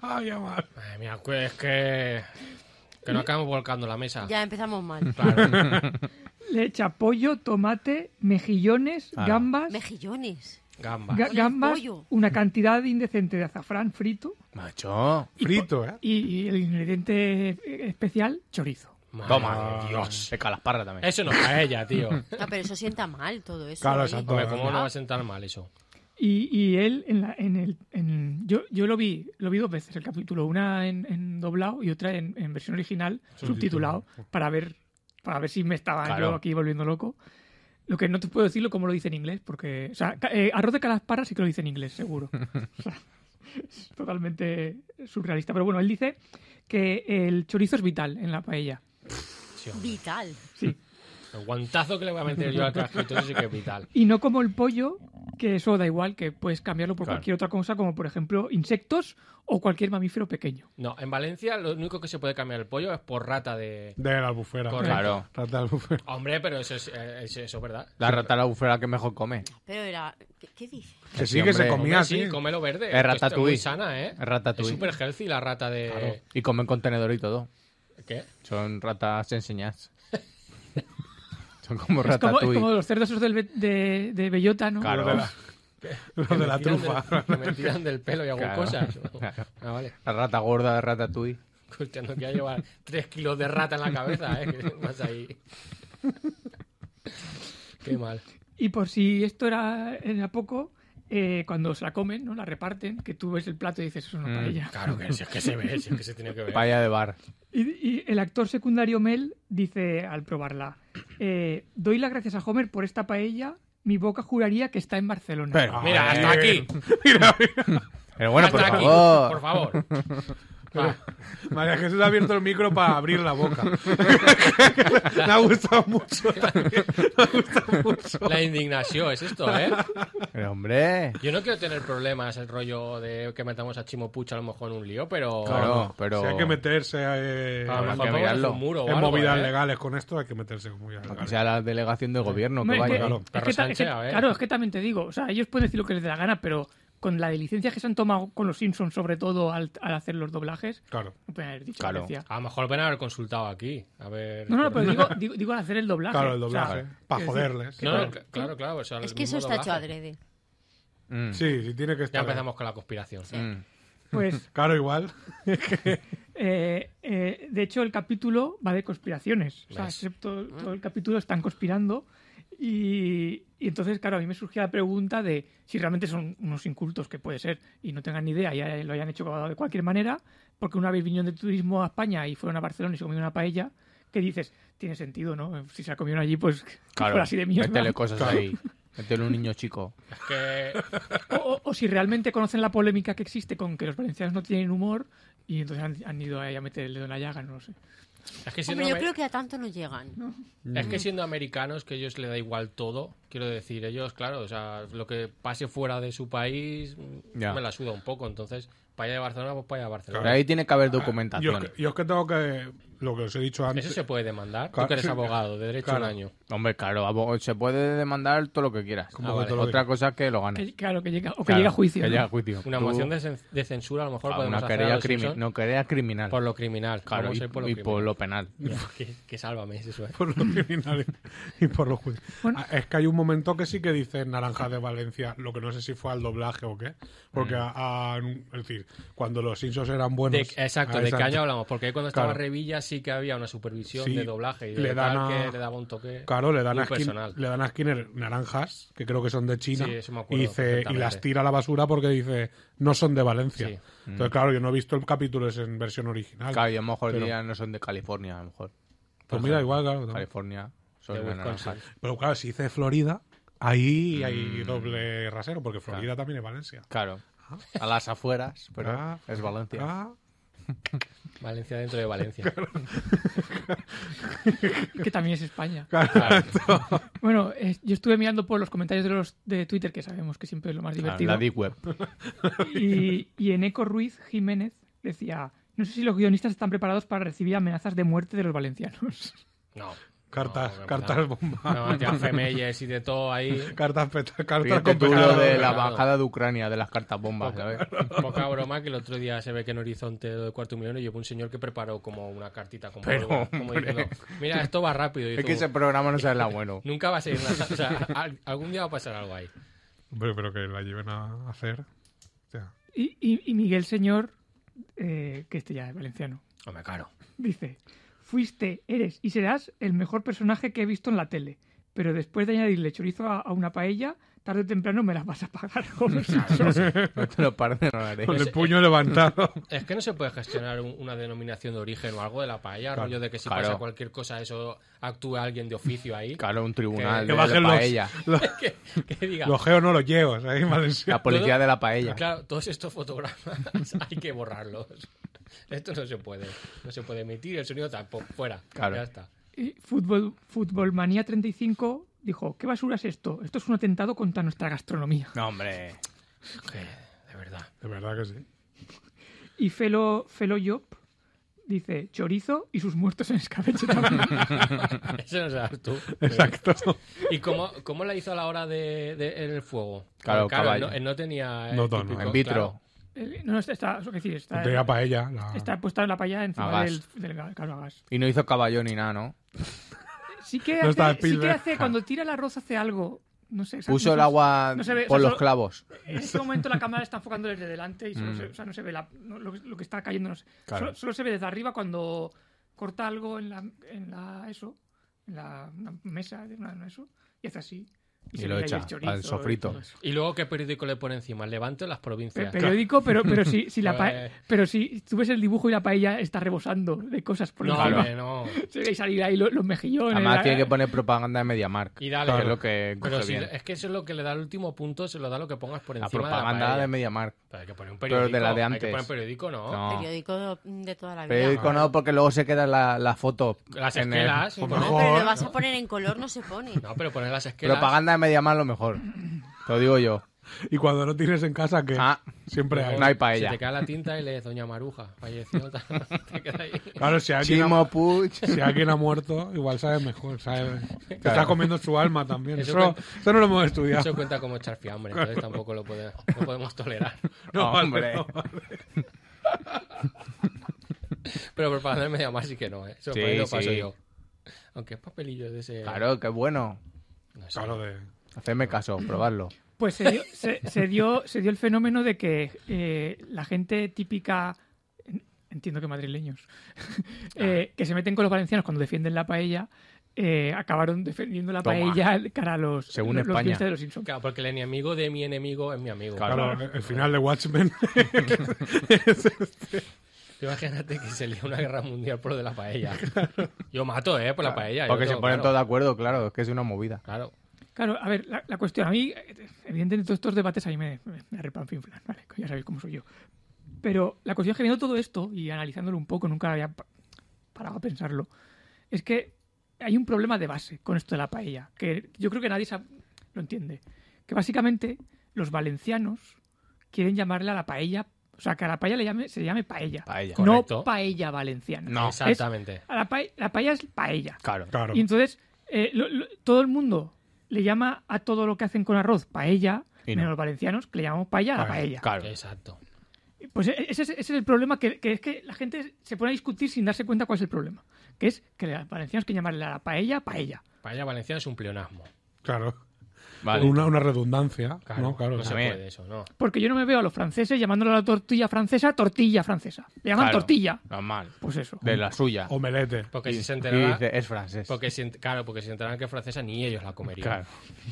Ah, ya mal.
Madre mía, cu- es que. Que no acabamos volcando la mesa.
Ya empezamos mal.
Claro.
Le echa pollo, tomate, mejillones,
Ah.
gambas,
Mejillones.
Gamba.
ga-
Con el
gambas,
pollo.
una cantidad indecente de azafrán frito
Macho.
Frito, ¿eh?
y, y el ingrediente eh, especial, chorizo.
Madre
Toma.
mía.
Dios. Seca las parras también.
Eso no es paella, tío. Hombre,
Ah, pero eso sienta mal todo eso.
Claro,
¿eh?
exacto.
¿cómo no va a sentar mal eso?
Y, y él, en, la- en el, en- yo, yo lo vi lo vi dos veces el capítulo, una en, en doblado y otra en, en versión original, subtitulado, para ver para ver si me estaba
Claro.
yo aquí volviendo loco. Lo que no te puedo decirlo cómo lo dice en inglés, porque... O sea, ca- eh, arroz de calasparra sí que lo dice en inglés, seguro. O sea, es totalmente surrealista. Pero bueno, él dice que el chorizo es vital en la paella.
Sí, hombre.
Vital.
Sí.
el guantazo que le voy a meter yo al casquito, eso sí que es vital.
Y no como el pollo, que eso da igual, que puedes cambiarlo por
Claro.
cualquier otra cosa, como por ejemplo insectos o cualquier mamífero pequeño.
No, en Valencia lo único que se puede cambiar el pollo es por rata de.
De la bufera.
Correcto.
Claro.
Rata de la bufera.
Hombre, pero eso es, eh, eso es verdad.
La rata la bufera que mejor come.
Pero era. ¿Qué, qué dices?
Que
Sí,
sí, que se
hombre.
Hombre,
comía así.
sí, cómelo verde.
Es
que esto
ratatouille.
muy sana, ¿eh?
Es ratatouille.
Es súper healthy la rata de.
Y comen con tenedor y todo.
¿Qué?
Son ratas enseñadas. Son como
Es como, es
ratatouille.
como los cerdos esos del be- de, de bellota, ¿no?
Claro.
Lo de la, lo
Que
de
me
la
tiran
trufa.
del- que me tiran del pelo y hago
Claro.
cosas.
Claro.
Ah, vale.
La rata gorda de ratatouille.
Hostia, no quiero llevar tres kilos de rata en la cabeza, ¿eh? ¿Qué pasa ahí? Qué mal.
Y por si esto era, era poco, eh, cuando se la comen, ¿no? La reparten, que tú ves el plato y dices, eso es
Mm.
una paella.
Claro que si es que se ve, si es que se tiene que ver.
Paya de bar.
Y, y el actor secundario Mel dice al probarla, eh, doy las gracias a Homer por esta paella, mi boca juraría que está en Barcelona.
Pero,
Mira, hasta aquí.
pero bueno, por
hasta aquí.
favor.
Por favor. Va.
María Jesús ha abierto el micro para abrir la boca. Me ha gustado mucho. también. Me ha gustado mucho.
La indignación es esto, ¿eh?
Pero, hombre.
Yo no quiero tener problemas el rollo de que metamos a Chimo Pucho a lo mejor en un lío, pero...
Claro, pero.
Si hay que meterse eh,
A lo
Habrá
mejor vamos
que
a hacer
mirarlo.
un muro o
en
algo,
movidas
¿eh?
legales con esto, hay que meterse en movidas
Aunque
legales.
sea la delegación de gobierno que
Hombre,
vaya.
es que-
claro.
es que ta-
Sánchez,
es que-
a ver.
claro, es que también te digo, o sea, ellos pueden decir lo que les dé la gana, pero con la de licencias que se han tomado con los Simpsons, sobre todo al, al hacer los doblajes,
Claro.
no pueden haber dicho
Claro.
licencia.
A lo mejor ven a haber consultado aquí. A ver.
No, no,
por-
pero digo, digo, digo al hacer el
Ah,
doblaje.
Claro, el
o sea,
doblaje. para
quiero
joderles.
No, no,
claro.
cl- claro, claro. o sea,
Es
el
que eso
mismo
está hecho
doblaje.
adrede.
Mm,
Sí, sí, tiene que
Ya
estar.
empezamos con la conspiración.
mm.
Pues,
Claro, igual.
eh, eh, de hecho, el capítulo va de conspiraciones. O sea,
¿Ves?
excepto todo el capítulo están conspirando. Y, y entonces, claro, a mí me surgía la pregunta de si realmente son unos incultos, que puede ser, y no tengan ni idea, ya lo hayan hecho de cualquier manera, porque una vez vinieron de turismo a España y fueron a Barcelona y se comieron una paella, que dices, tiene sentido, ¿no? Si se la comieron allí, pues que
Claro,
fuera así de mierda.
métele cosas
Claro.
ahí. Métele un niño chico.
Es que.
O, o- o si realmente conocen la polémica que existe con que los valencianos no tienen humor y entonces han, han ido ahí a meter el dedo en la llaga, no lo sé.
Es que siendo,
Hombre, yo
amer-
creo que a tanto no llegan.
es que siendo americanos, que ellos le da igual todo, quiero decir, ellos, claro, o sea, lo que pase fuera de su país mm,
Ya.
me la suda un poco. Entonces, para allá de Barcelona, pues para allá de Barcelona.
Pero ahí tiene que haber
Yo es,
documentación.
que, yo es que tengo que. Lo que os he dicho antes.
Eso se puede demandar.
Claro,
Tú que eres
sí.
abogado, de derecho
Claro.
un año.
Hombre, claro, abo- se puede demandar todo lo que quieras.
Como
Ah,
que
vale.
te lo
Otra
digo.
cosa es que lo ganes.
Que- claro, que llega, o que
Claro,
llega a juicio.
que
¿no?
llega a juicio.
Una
Tú-
moción de, cen- de censura, a lo mejor
Ah,
podemos
una
hacer a
querella,
los
crimi-
Simpson
no, querella criminal.
por lo criminal.
claro,
Vamos
y,
a ir por lo
y
criminal.
por lo penal.
Ya, que, que sálvame, es eso. eh.
por los criminales y por los juicios.
Bueno.
Ah, Es que hay un momento que sí que dicen Naranja de Valencia, lo que no sé si fue al doblaje o qué. Porque, a- a- es decir, cuando los Simpsons eran
Mm. De-
buenos.
exacto,
ah,
de qué año hablamos. Porque cuando estaba
Claro.
Revilla sí que había una supervisión
Sí,
de doblaje y de
le dan
tal
a-
que le daba un toque
Claro, le dan,
muy
a Skin-
personal.
le dan a Skinner naranjas, que creo que son de China,
Sí, eso me acuerdo
y, dice- y las
perfectamente.
tira a la basura porque dice, no son de Valencia.
Sí. Mm.
Entonces, claro, yo no he visto el capítulo ese en versión original.
Claro, y a lo mejor
Pero-
dirían no son de California, a lo mejor.
pues mira, igual, claro. también.
California son
De
de
Wisconsin.
naranjas.
Pero claro, si dice Florida, ahí
Mm.
hay doble rasero, porque Florida también es Valencia.
Claro. A las afueras, pero
Ah.
es Valencia.
Ah,
Valencia dentro de Valencia.
Que también es España. Bueno, eh, yo estuve mirando por los comentarios de los de Twitter, que sabemos que siempre es lo más
Ah,
divertido.
la Deep Web.
y, y Eneco Ruiz Jiménez decía: No sé si los guionistas están preparados para recibir amenazas de muerte de los valencianos.
No.
cartas,
No, no,
cartas
no.
bomba.
No, tío, Femelles y de todo ahí.
Cartas peta, cartas
Fíjate
con
tú lo
pecado.
de
claro.
la bajada de Ucrania, de las cartas bombas, ¿sabes?
Poca broma que el otro día se ve que en Horizonte de cuarto millón y llevó un señor que preparó como una cartita con
Pero,
pólvora, como
hombre.
diciendo, mira, esto va rápido. Y
Es que
dices,
ese programa no sale la bueno.
Nunca va a ser nada. O sea, al- algún día va a pasar algo ahí.
Hombre, pero que la lleven a hacer. O sea,
Y, y- y Miguel Señor, eh, que este ya es valenciano,
Hombre, claro.
Dice, fuiste, eres y serás el mejor personaje que he visto en la tele. Pero después de añadirle chorizo a, a una paella, tarde o temprano me las vas a pagar. Homer Simpson.
No te lo perdonaréis.
con el puño levantado.
Es que no se puede gestionar un- una denominación de origen o algo de la paella,
Claro,
rollo de que si
claro.
pasa cualquier cosa, eso actúe alguien de oficio ahí.
Claro, un tribunal
Que-
Que
de la
bajen
paella.
los, los,
Que, que diga,
los geos no los llevas ahí en Valencia.
La policía de la paella.
claro, todos estos fotogramas hay que borrarlos. Esto no se puede. No se puede emitir, el sonido tampoco. Fuera.
Claro.
Ya está.
Y Fútbol, Fútbol Manía 35 dijo, ¿qué basura es esto? Esto es un atentado contra nuestra gastronomía.
No, hombre.
Que, de verdad.
De verdad que sí.
Y Felo, Felo Job dice, chorizo y sus muertos en escabeche también.
Eso no sabes tú.
Exacto.
¿Y cómo, cómo la hizo a la hora de, de- en el fuego?
Claro,
Porque, él
caballo.
no, él no tenía. el
No, no, no.
típico-
En vitro.
claro.
Eh, no, está, está, eso que decir, está,
Te para ella. La...
está puesta la paella encima
A
del,
gas.
del ga- claro, a gas.
Y no hizo caballo ni nada, ¿no?
Sí que,
No está
hace, sí que
Spielberg.
hace, cuando tira el arroz hace algo. No sé, exacto,
Puso
no
el
sé-
agua
no se ve, o
por
sea,
los
solo-
clavos.
En este momento la cámara está enfocando desde delante y solo
Mm.
se, o sea, no se ve la- no, lo, lo que está cayendo. no se-
Claro.
solo, solo se ve desde arriba cuando corta algo en la, en la eso, en la una mesa de una, eso, y hace así.
Y
se
lo
ve ahí
echa
el chorizo
al
y
sofrito.
todo eso.
¿Y luego qué periódico le pone encima? Levanto las
Pe-
provincias.
periódico, pero, pero, si, si la pa-
Eh.
Joder.
pero si tú ves el dibujo y la paella está rebosando de cosas por
No,
encima.
hombre, no.
Se ve salir ahí los, los mejillones.
Además
la-
tiene que poner propaganda de MediaMark.
Y dale.
Que es lo que
Pero
coge
si
bien.
le- es que eso es lo que le da el último punto, se lo da lo que pongas por
La
encima de
propaganda de
la paella. Oh.
MediaMark.
Pero hay que poner un
Pero
periódico.
de la de
Hay que
antes.
poner periódico, ¿no.
No.
Periódico de toda la vida.
Periódico no, porque luego se quedan la- las fotos.
Las
en el-
esquelas. y
Por
poner-
favor.
Ah, Pero lo vas a poner en color, no se pone.
No, pero poner las esquelas.
Propaganda de MediaMark lo mejor. Te lo digo yo.
Y cuando no tienes en casa, que
Ah.
siempre hay.
No hay
Se
paella.
te cae la tinta y lees Doña Maruja. Falleció. tal, te queda ahí.
Claro, si alguien, ha,
Chimo Puig.
si alguien ha muerto, igual sabe mejor. Sabe, te está
Claro.
comiendo su alma también.
Eso
Eso,
cuenta.
eso no lo hemos estudiado.
Eso cuenta como echar fiambre, entonces tampoco lo podemos, no podemos tolerar.
No,
Ah, Hombre.
no, vale.
Pero propaganda del medio más sí que no, ¿eh? Eso
Sí,
por ahí lo paso
sí.
yo. Aunque es papelillo de ese...
Claro, qué bueno.
no sé.
Claro, de-
Hacerme caso, probarlo.
Pues se dio, se, se dio, se dio el fenómeno de que eh, la gente típica, en- entiendo que madrileños,
Ah.
eh, que se meten con los valencianos cuando defienden la paella, eh, acabaron defendiendo la
Toma.
paella cara a los,
Según
los, los
España.
guionistas de los Simpsons.
Claro, porque el enemigo de mi enemigo es mi amigo.
claro, el final de Watchmen.
Tú Imagínate que se lía una guerra mundial por lo de la paella. Yo mato, ¿eh? Por la paella. yo
Porque se
tengo
ponen
claro.
todos de acuerdo, claro, es que es una movida.
Claro.
Claro, a ver, la, la cuestión, a mí, eh, evidentemente todos estos debates ahí me, me, me repanfinflan, ¿vale? Ya sabéis cómo soy yo. Pero la cuestión es que viendo todo esto y analizándolo un poco, nunca había pa- parado a pensarlo, es que hay un problema de base con esto de la paella, que yo creo que nadie sa- lo entiende. Que básicamente los valencianos quieren llamarle a la paella, o sea, que a la paella le llame, se llame paella,
Paella.
Correcto.
no paella valenciana.
No.
Exactamente.
A la, pae- la paella es paella.
Claro.
Claro.
Y entonces, eh, lo- lo- todo el mundo le llama a todo lo que hacen con arroz paella,
Y no.
menos los valencianos, que le llamamos paella a la
Paella,
paella.
Claro.
Exacto.
Pues e- ese es, ese es el problema, que, que es que la gente se pone a discutir sin darse cuenta cuál es el problema. Que es que los valencianos quieren llamarle a la paella paella.
Paella valenciana es un pleonasmo.
Claro.
Vale.
Una, una redundancia.
Claro.
¿no? Claro,
se
sí.
También.
puede eso, ¿no?
Porque yo no me veo a los franceses llamándole a la tortilla francesa tortilla francesa. Le llaman
Claro.
tortilla.
Normal.
Pues eso.
De la suya.
Omelete.
Porque si se
Y
enterará...
dice, es francés.
Porque si, ent- claro, porque si enteraran que es francesa, ni ellos la comerían.
Claro.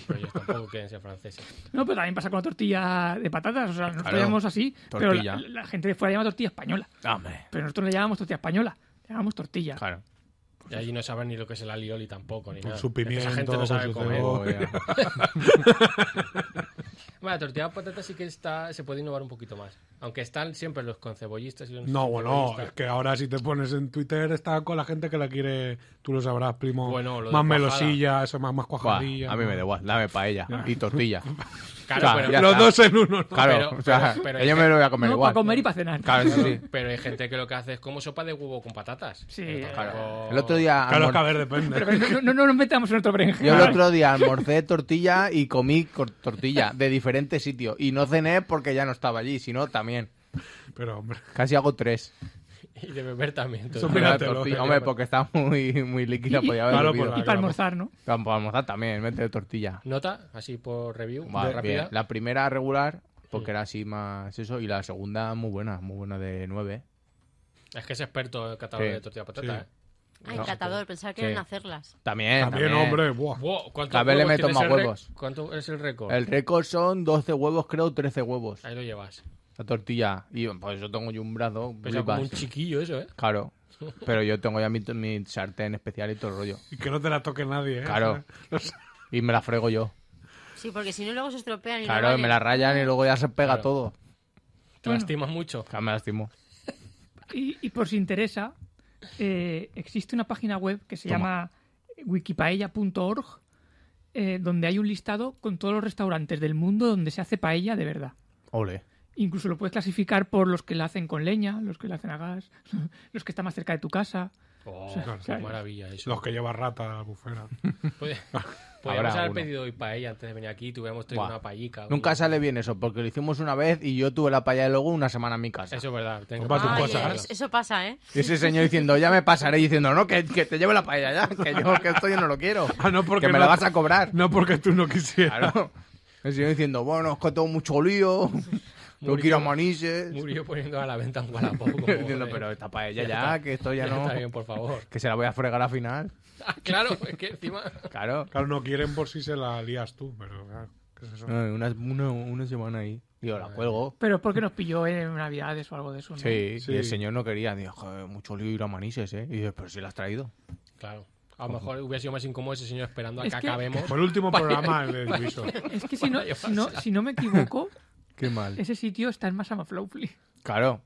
Pero ellos tampoco quieren ser franceses.
No, pero también pasa con la tortilla de patatas. O sea, nosotros
Claro.
la llamamos así, pero la-
Tortilla.
la, la gente de fuera llama tortilla española.
Dame.
Pero nosotros le llamamos tortilla española. Le llamamos tortilla.
Claro.
Y allí no saben ni lo que es el alioli tampoco, ni
Con
nada.
su
Es que
pimiento,
Esa gente no
con
sabe
su
comer.
Oh,
cebolla.
Bueno, la tortilla de patata sí que está, se puede innovar un poquito más. Aunque están siempre los concebollistas y los
No, bueno,
cebollistas.
es que ahora si te pones en Twitter está con la gente que la quiere, tú lo sabrás, primo.
Bueno, lo de
más
cuajada.
melosilla, eso más, más
Buah,
cuajadilla.
a mí me da
¿no?
igual. Dame paella y tortilla.
Claro,
Claro,
pero,
ya
Los
está.
dos en uno. ¿no?
Claro,
Pero-
o sea,
pero- pero-
yo me lo voy a comer
No,
igual.
para comer y para cenar.
Claro, eso sí.
pero hay gente que lo que hace es como sopa de huevo con patatas.
Sí,
Pero
claro.
tampoco-
El otro día
Claro, es
almor-
que a ver, depende.
Pero no, no- no nos metamos en otro berenjena.
yo el otro día almorcé tortilla y comí cor- tortilla de diferentes sitios y no cené porque ya no estaba allí, sino también.
Pero, hombre,
Casi hago tres.
Y de beber también. todo.
Son
Pero la
Míratelo.
tortilla, hombre, porque está muy, muy líquida,
Y-
podía haber
Claro,
bebido.
por
Y para almorzar, ¿no?
Vamos a almorzar también, métele tortilla.
Nota, así por review,
Va, bien.
rápida.
La primera regular, porque era así más eso, y la segunda muy buena, muy buena de nueve.
Es que es experto en catador
Sí,
de tortilla de
sí.
patata, ¿eh?
Ah, encantador, pensaba que
Sí.
eran hacerlas.
También,
también, hombre, buah.
Wow, ¿cuántos
Cada vez le
huevos
meto
tienes
más
el re-
huevos.
¿Cuánto es el récord?
El récord son 12 huevos, creo, 13 huevos.
Ahí lo llevas.
La tortilla. Y pues yo tengo yo un brazo,
Pesa
flipas.
como un chiquillo eso, ¿eh?
Claro. Pero yo tengo ya mi, mi sartén especial y todo el rollo.
Y que no te la toque nadie, ¿eh?
Claro. Y me la frego yo.
Sí, porque si no luego se estropean y no
Claro,
valen.
me la rayan y luego ya se pega
Claro.
todo.
Te
Bueno.
lastimas mucho.
Ya me lastimó.
Y, y por si interesa, eh, existe una página web que se
Toma.
llama wikipaella.org, eh, donde hay un listado con todos los restaurantes del mundo donde se hace paella de verdad.
Ole.
Incluso lo puedes clasificar por los que la hacen con leña, los que la hacen a gas, los que están más cerca de tu casa.
Oh,
claro,
qué
claro.
maravilla eso.
Los que lleva rata a la bufera.
Puede- Podríamos haber
alguno.
pedido hoy paella antes de venir aquí, tuviéramos traído
Buah.
una paellica.
Nunca
una-
sale bien eso, porque lo hicimos una vez y yo tuve la paella de luego una semana en mi casa.
Eso es verdad. tengo Ah,
Opa,
que-
tus
Ay,
cosas.
es- Eso pasa, ¿eh?
Y ese señor diciendo, ya me pasaré, y diciendo, no, que, que te lleve la paella ya, que yo que esto yo no lo quiero.
Ah, no, porque
que me la
no-
vas a cobrar.
No porque tú no quisieras.
Claro. El señor diciendo, bueno, es que tengo mucho lío, tengo que ir a Manises.
Murió poniendo a la venta un Wallapop. como,
Diciendo,
joder,
pero esta paella
Ya
ya,
está.
que esto ya
ya
no.
está bien, por favor.
Que se la voy a fregar al final.
Ah, claro, es que encima...
Claro.
Claro, no quieren por si se la lías tú, pero claro, ¿qué es eso?
Ay, Una, una, una semana ahí. Digo, la cuelgo.
Pero es porque nos pilló en Navidades o algo de eso. ¿no?
Sí,
Sí.
y el señor no quería. Digo, joder, mucho lío ir a Manises, ¿eh? Y dice, pero si la has traído.
Claro. A lo mejor hubiera sido más incómodo ese señor esperando a que,
Es que-
acabemos.
Fue el último programa el del piso.
Es que si no, si no, si no me equivoco,
Qué mal.
ese sitio está en Masamaflowfly.
Claro.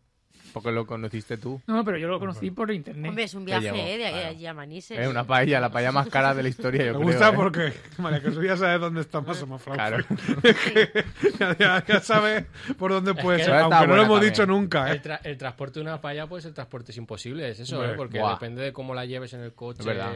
Porque lo conociste tú.
No, pero yo lo conocí por internet.
Hombre, es un
Que
viaje,
llegó,
¿eh? De
claro.
allí a Manises.
Es una paella, la paella más cara de la historia, yo
Me
creo,
gusta
¿eh?
porque María Jesús ya sabe dónde está más o menos
Claro.
ya, ya- ya sabe por dónde puede
que
ser,
está
aunque no lo
buena
hemos
también.
dicho nunca.
El,
¿eh?
tra- el transporte de una paella, pues el transporte es imposible, es eso,
Hombre,
¿eh? porque
buah.
depende de cómo la lleves en el coche.
Es verdad.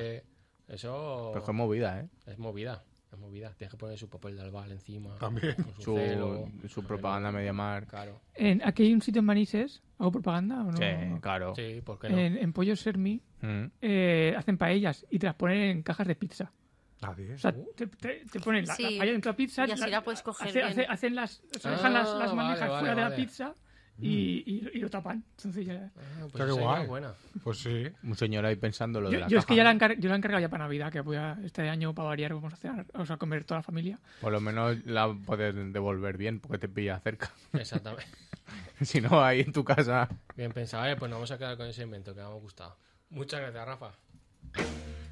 Eso
Pero es movida, ¿eh?
es movida, es movida. Tienes que poner su papel de albal encima.
También.
con su, celo,
Su, su
con
propaganda
el-
media mar.
Claro.
En- aquí hay un sitio en Manises, hago propaganda o no.
Sí, claro.
Sí, ¿por qué no?
en, en Pollo Sermi
Mm.
eh, hacen paellas y te las ponen en cajas de pizza. O sea, te, te- te ponen la,
Sí.
la paella dentro de la pizza.
Y así
la-
la puedes coger
hace-
bien.
hace- hacen las, o sea,
Ah,
dejan las, las
vale,
manejas
vale,
fuera de la
vale.
pizza y, y- y lo tapan. Entonces ya-
Ah, pues
Está
esa idea
guay.
es buena.
Pues sí.
Un señor ahí pensando lo de
Yo,
la
yo es que
caja.
ya la, encar- yo la he encargado ya para Navidad, que voy a- este año para variar vamos a hacer, o sea, comer toda la familia.
Por lo menos la puedes devolver bien porque te pilla cerca.
Exactamente.
si no, ahí en tu casa.
Bien pensado, eh, pues nos vamos a quedar con ese invento que me ha gustado. Muchas gracias, Rafa.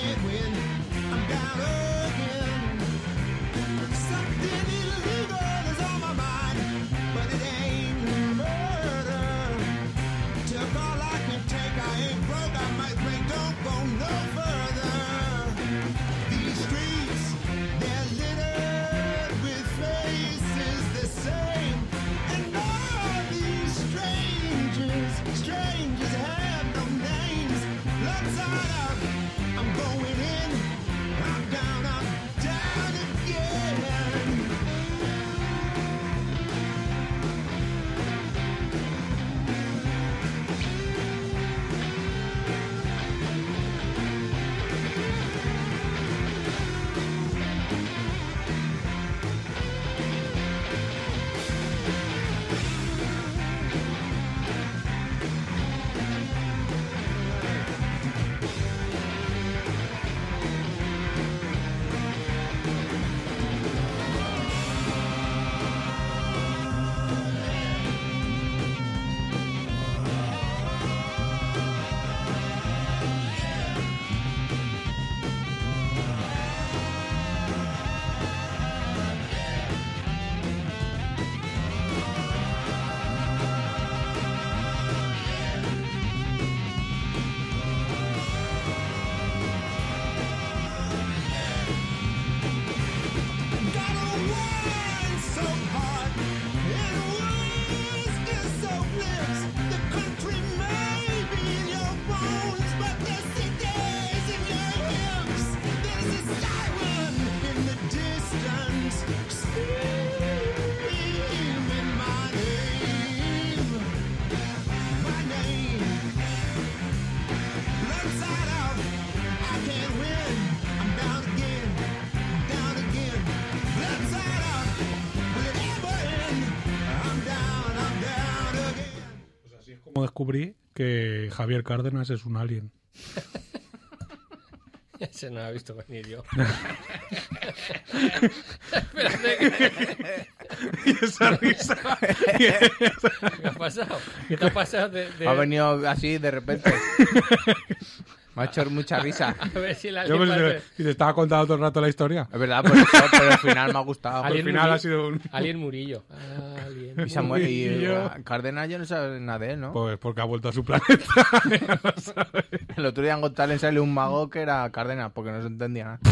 I'm down again. Something illegal is on my mind, but it ain't murder. Took all I can take, I ain't broke, I might break, don't go no further. These streets, they're littered with faces the same. And all these strangers, strangers have no names. Let's out, I'm going in, I'm down, I'm down again. Screaming my name, my name. Let's side out. I can't win. I'm down again. Down again. Let's side out. Will it ever end? I'm down. I'm down again.
Pues así es como descubrí que Javier Cárdenas es un alien.
Ese no lo he visto venir yo. Espérate, ¿qué-
Y esa risa.
¿qué ha pasado? ¿Qué te ha pasado de, de-
Ha venido así de repente. Me ha hecho mucha risa.
A ver si la
Yo
alguien
pensé,
parece-
y te estaba contando todo el rato la historia.
Es verdad, por eso, pero al final me ha gustado.
Al
Alguien
final
Murillo.
ha sido un.
Alien Murillo. Ah, Alien.
Y Samuel y
Y yo.
eh, Cárdenas, yo no sé nada de él, ¿no?
Pues porque ha vuelto a su planeta.
El otro día en Got Talent salió un mago que era Cárdenas, porque no se entendía nada.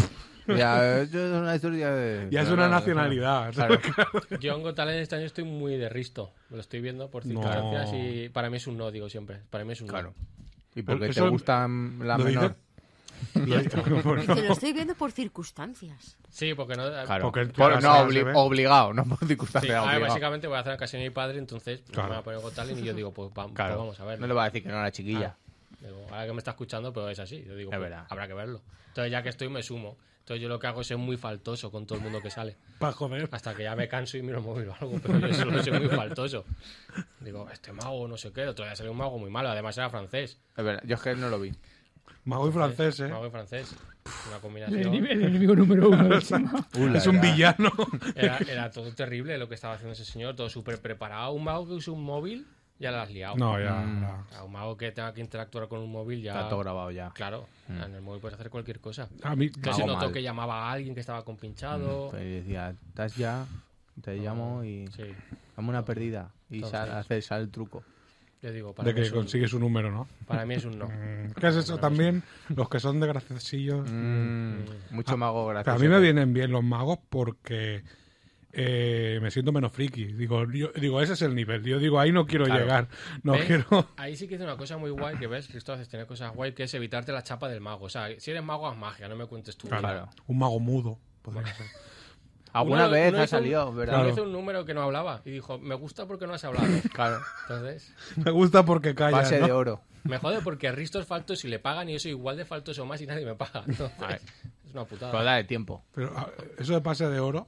Ya, eso es una historia de...
Ya es una nacionalidad.
Claro.
Yo en Got Talent este año estoy muy de risto. Lo estoy viendo por
No.
circunstancias y para mí es un no, digo siempre. Para mí es un
Claro.
no.
¿Y por qué te
Eso-
gusta la
¿Lo dice?
menor?
Lo dice como no.
Te lo estoy viendo por circunstancias.
Sí, porque no... ah,
Claro.
Porque el-
Por- no,
se
obli-
ve.
obligado, no por
Sí,
circunstancias
a ver,
obligado.
básicamente voy a hacer la ocasión a mi padre, entonces
Claro.
me va a poner Got Talent y yo digo, pues, va- pues
Claro.
vamos a ver.
No le va a decir que no a la chiquilla.
Digo, ahora que me está escuchando, pero es así. Yo digo,
Es
pues,
verdad.
habrá que verlo. Entonces, ya que estoy, me sumo. Entonces, yo lo que hago es ser muy faltoso con todo el mundo que sale.
Para joder.
Hasta que ya me canso y miro el móvil o algo, pero yo solo soy muy faltoso. Digo, este mago, no sé qué, el otro día salió un mago muy malo, además era francés.
Es verdad, yo es que no lo vi.
Mago y francés, ¿eh?
Mago y francés. Una
El,
combinación.
enemi- el enemigo número uno del Chema.
Ula,
es un
era-
villano.
Era, era todo terrible lo que estaba haciendo ese señor, todo súper preparado. Un mago que usa un móvil, ya la has liado.
no, ya.
Mm.
A un mago que tenga que interactuar con un móvil, ya.
Está todo grabado ya.
Claro, en el móvil puedes hacer cualquier cosa.
ya. A mí,
Yo sí
Mago
noto
mal.
que llamaba a alguien que estaba compinchado.
Pues decía, estás ya, te llamo y
Sí,
dame una perdida. Y
Entonces-
sal, hace, sale el truco.
yo digo, para,
de
mí
que
es, un,
consigue su número, ¿no?
para mí es un no.
Mm, ¿Qué es eso también? Los que son de graciosillos.
Mm.
Mucho mago
Ah, Pero
gracioso.
a mí me vienen bien los magos porque eh, me siento menos friki. Digo, yo- digo, ese es el nivel. Yo digo, ahí no quiero llegar. No
¿Eh?
¿Ves?
quiero.
Ahí sí que hice una cosa muy guay que ves, Cristóbal, es tener cosas guay, que es evitarte la chapa del mago. O sea, si eres mago, haz magia, no me cuentes tú.
Claro.
Un mago mudo. podría ser.
Alguna
Uno-
vez
uno
ha
hizo un-
salido, ¿verdad?
Uno hizo un número que no hablaba y dijo, me gusta porque no has hablado.
Claro.
Entonces,
Me gusta porque calla.
Pase
Ah, ¿no?
de oro.
me jode porque Risto es faltoso y le pagan y yo soy igual de faltoso o más y nadie me paga. Entonces, es una
Pero
putada.
da de tiempo.
Pero, ah, eso de pase de oro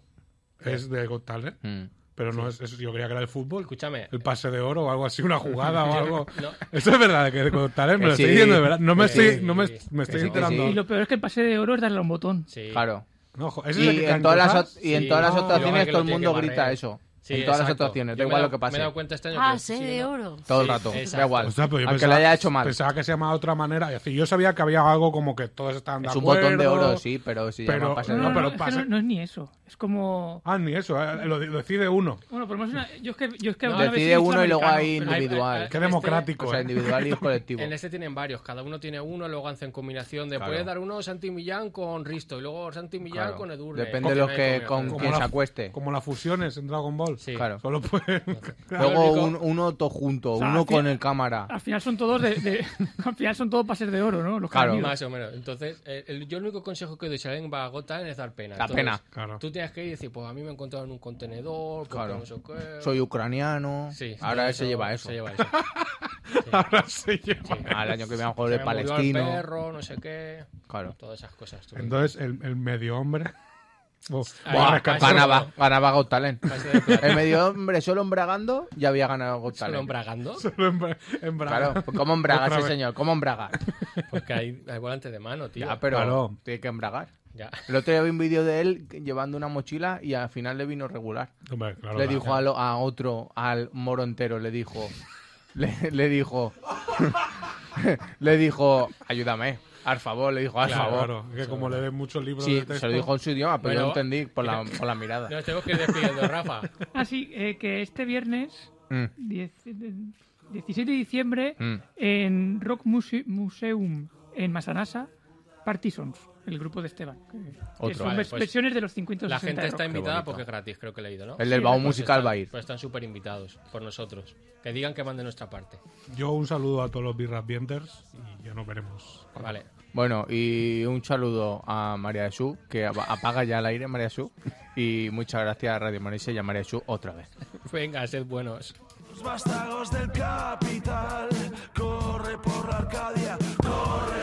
es de Got Talent,
Mm.
pero no es eso. Yo creía que era el fútbol.
Escúchame,
El pase de oro o algo así, una jugada o algo.
No.
Eso es verdad, que de Got Talent me
Que
lo estoy
Eh, sí.
diciendo de verdad. No me
Que
estoy,
sí.
no me, me
Que
estoy
sí, que
enterando.
Y
sí.
lo peor es que el pase de oro es darle a un botón.
sí.
Claro.
No, jo- ese es el
Y
que
en,
caen
todas las,
cosas.
act- y en
Sí.
todas las
No,
actuaciones
igual que
todo el
lo tiene
mundo
que
grita
barrer.
eso.
Sí,
en todas las
exacto.
actuaciones, da
Yo me
igual
he
lo que
dado- Me he
pase.
dado cuenta este año que-
Ah, sé
sí,
de
¿no?
oro.
Todo el
Sí,
rato, da
exacto.
igual.
O sea, pero yo
Aunque
pensaba-
la haya hecho mal.
Pensaba que se llamaba de otra manera. y así, Yo sabía que había algo como que todos estaban de
Es un
acuerdo.
botón de oro, sí, pero si
pero-
llama pase
No,
de
no,
No,
oro.
no,
pero
es que
pasa-
no- no es ni eso. Es como.
Ah, ni eso, eh, lo, de- lo decide uno.
Bueno, por lo menos una- yo es que, yo es que
No,
una vez
decide
he visto
uno y luego
americano,
hay
pero-
Hay-
individual.
hay-
Qué
este-
democrático,
O sea,
eh.
individual y colectivo.
En este tienen varios, cada uno tiene uno, luego hacen combinación de
Claro.
puedes dar uno Santi Millán con Risto y luego Santi Millán
Claro.
con Edurne.
Depende de
Con-
los que- con-
con-
quien
la-
se acueste.
Como las fusiones en Dragon Ball.
Sí.
Claro.
Solo pueden.
Luego
Yo el
un- uno todo junto,
sea,
uno
al
con
fin-
el cámara.
Al final son todos de, de- al final son todos pases de oro, ¿no? Los que
Claro.
han ido.
Más o menos. Entonces, eh, el- yo el único consejo que doy si alguien va a agotar es dar pena.
Da
Entonces,
pena.
Claro.
Tú tienes que ir y decir, pues a mí me encontraron en un contenedor, porque
Claro.
no sé qué.
Soy ucraniano.
Sí,
Ahora
eso-
se lleva eso.
Se lleva eso.
Ahora se lleva.
Al año que viene a
Se
jugar el
me murió el
palestino.
perro, no sé qué.
Claro.
Todas esas cosas. tú.
Entonces, el, el medio hombre. Oh,
Ahí
va a
va,
rescatar.
pasa-
Ganaba, ganaba Got Talent.
Pase de plata.
El medio hombre solo embragando ya había ganado Got
¿Solo
Talent.
embragando?
Solo en, Bra- en Braga.
Claro, pues, ¿cómo embraga
Otra
ese
vez.
señor? ¿Cómo embraga?
Porque hay, hay volantes de mano, tío.
Ya, pero
Claro.
tiene que embragar.
Ya.
El otro día vi un vídeo de él llevando una mochila y al final le vino regular.
Hombre, claro,
le
claro.
dijo a, lo- a otro, al moro entero, le dijo, le, le dijo, le dijo, ayúdame, al favor, le dijo, al
Claro,
favor.
claro, que como le den muchos libros de
Sí,
texto.
se lo dijo en su idioma, pero yo
Bueno,
entendí por la, por la mirada.
Nos tenemos que ir despidiendo, Rafa.
Ah, sí, eh, que este viernes,
Mm.
10 17 de diciembre,
Mm.
en Rock Muse- Museum en Masanasa, Partisans, el grupo de Esteban. Que, que
Otro.
son
Vale,
vers-
pues
versiones de los 50 o
La
60
gente
de
está
rock.
invitada
bonito.
porque es gratis, creo que he leído, ¿no?
El del
Sí,
baúl
pues
musical
están-
va a ir.
Pues están súper invitados por nosotros. Que digan que van de nuestra parte.
Yo un saludo a todos los birras vienters y ya nos veremos.
Vale.
Bueno, y un saludo a María Jesús, que apa- apaga ya el aire, María Jesús. Y muchas gracias a Radio Marisa y a María Jesús otra vez.
Venga, sed buenos.
Los vástagos del capital, corre por la Arcadia, corre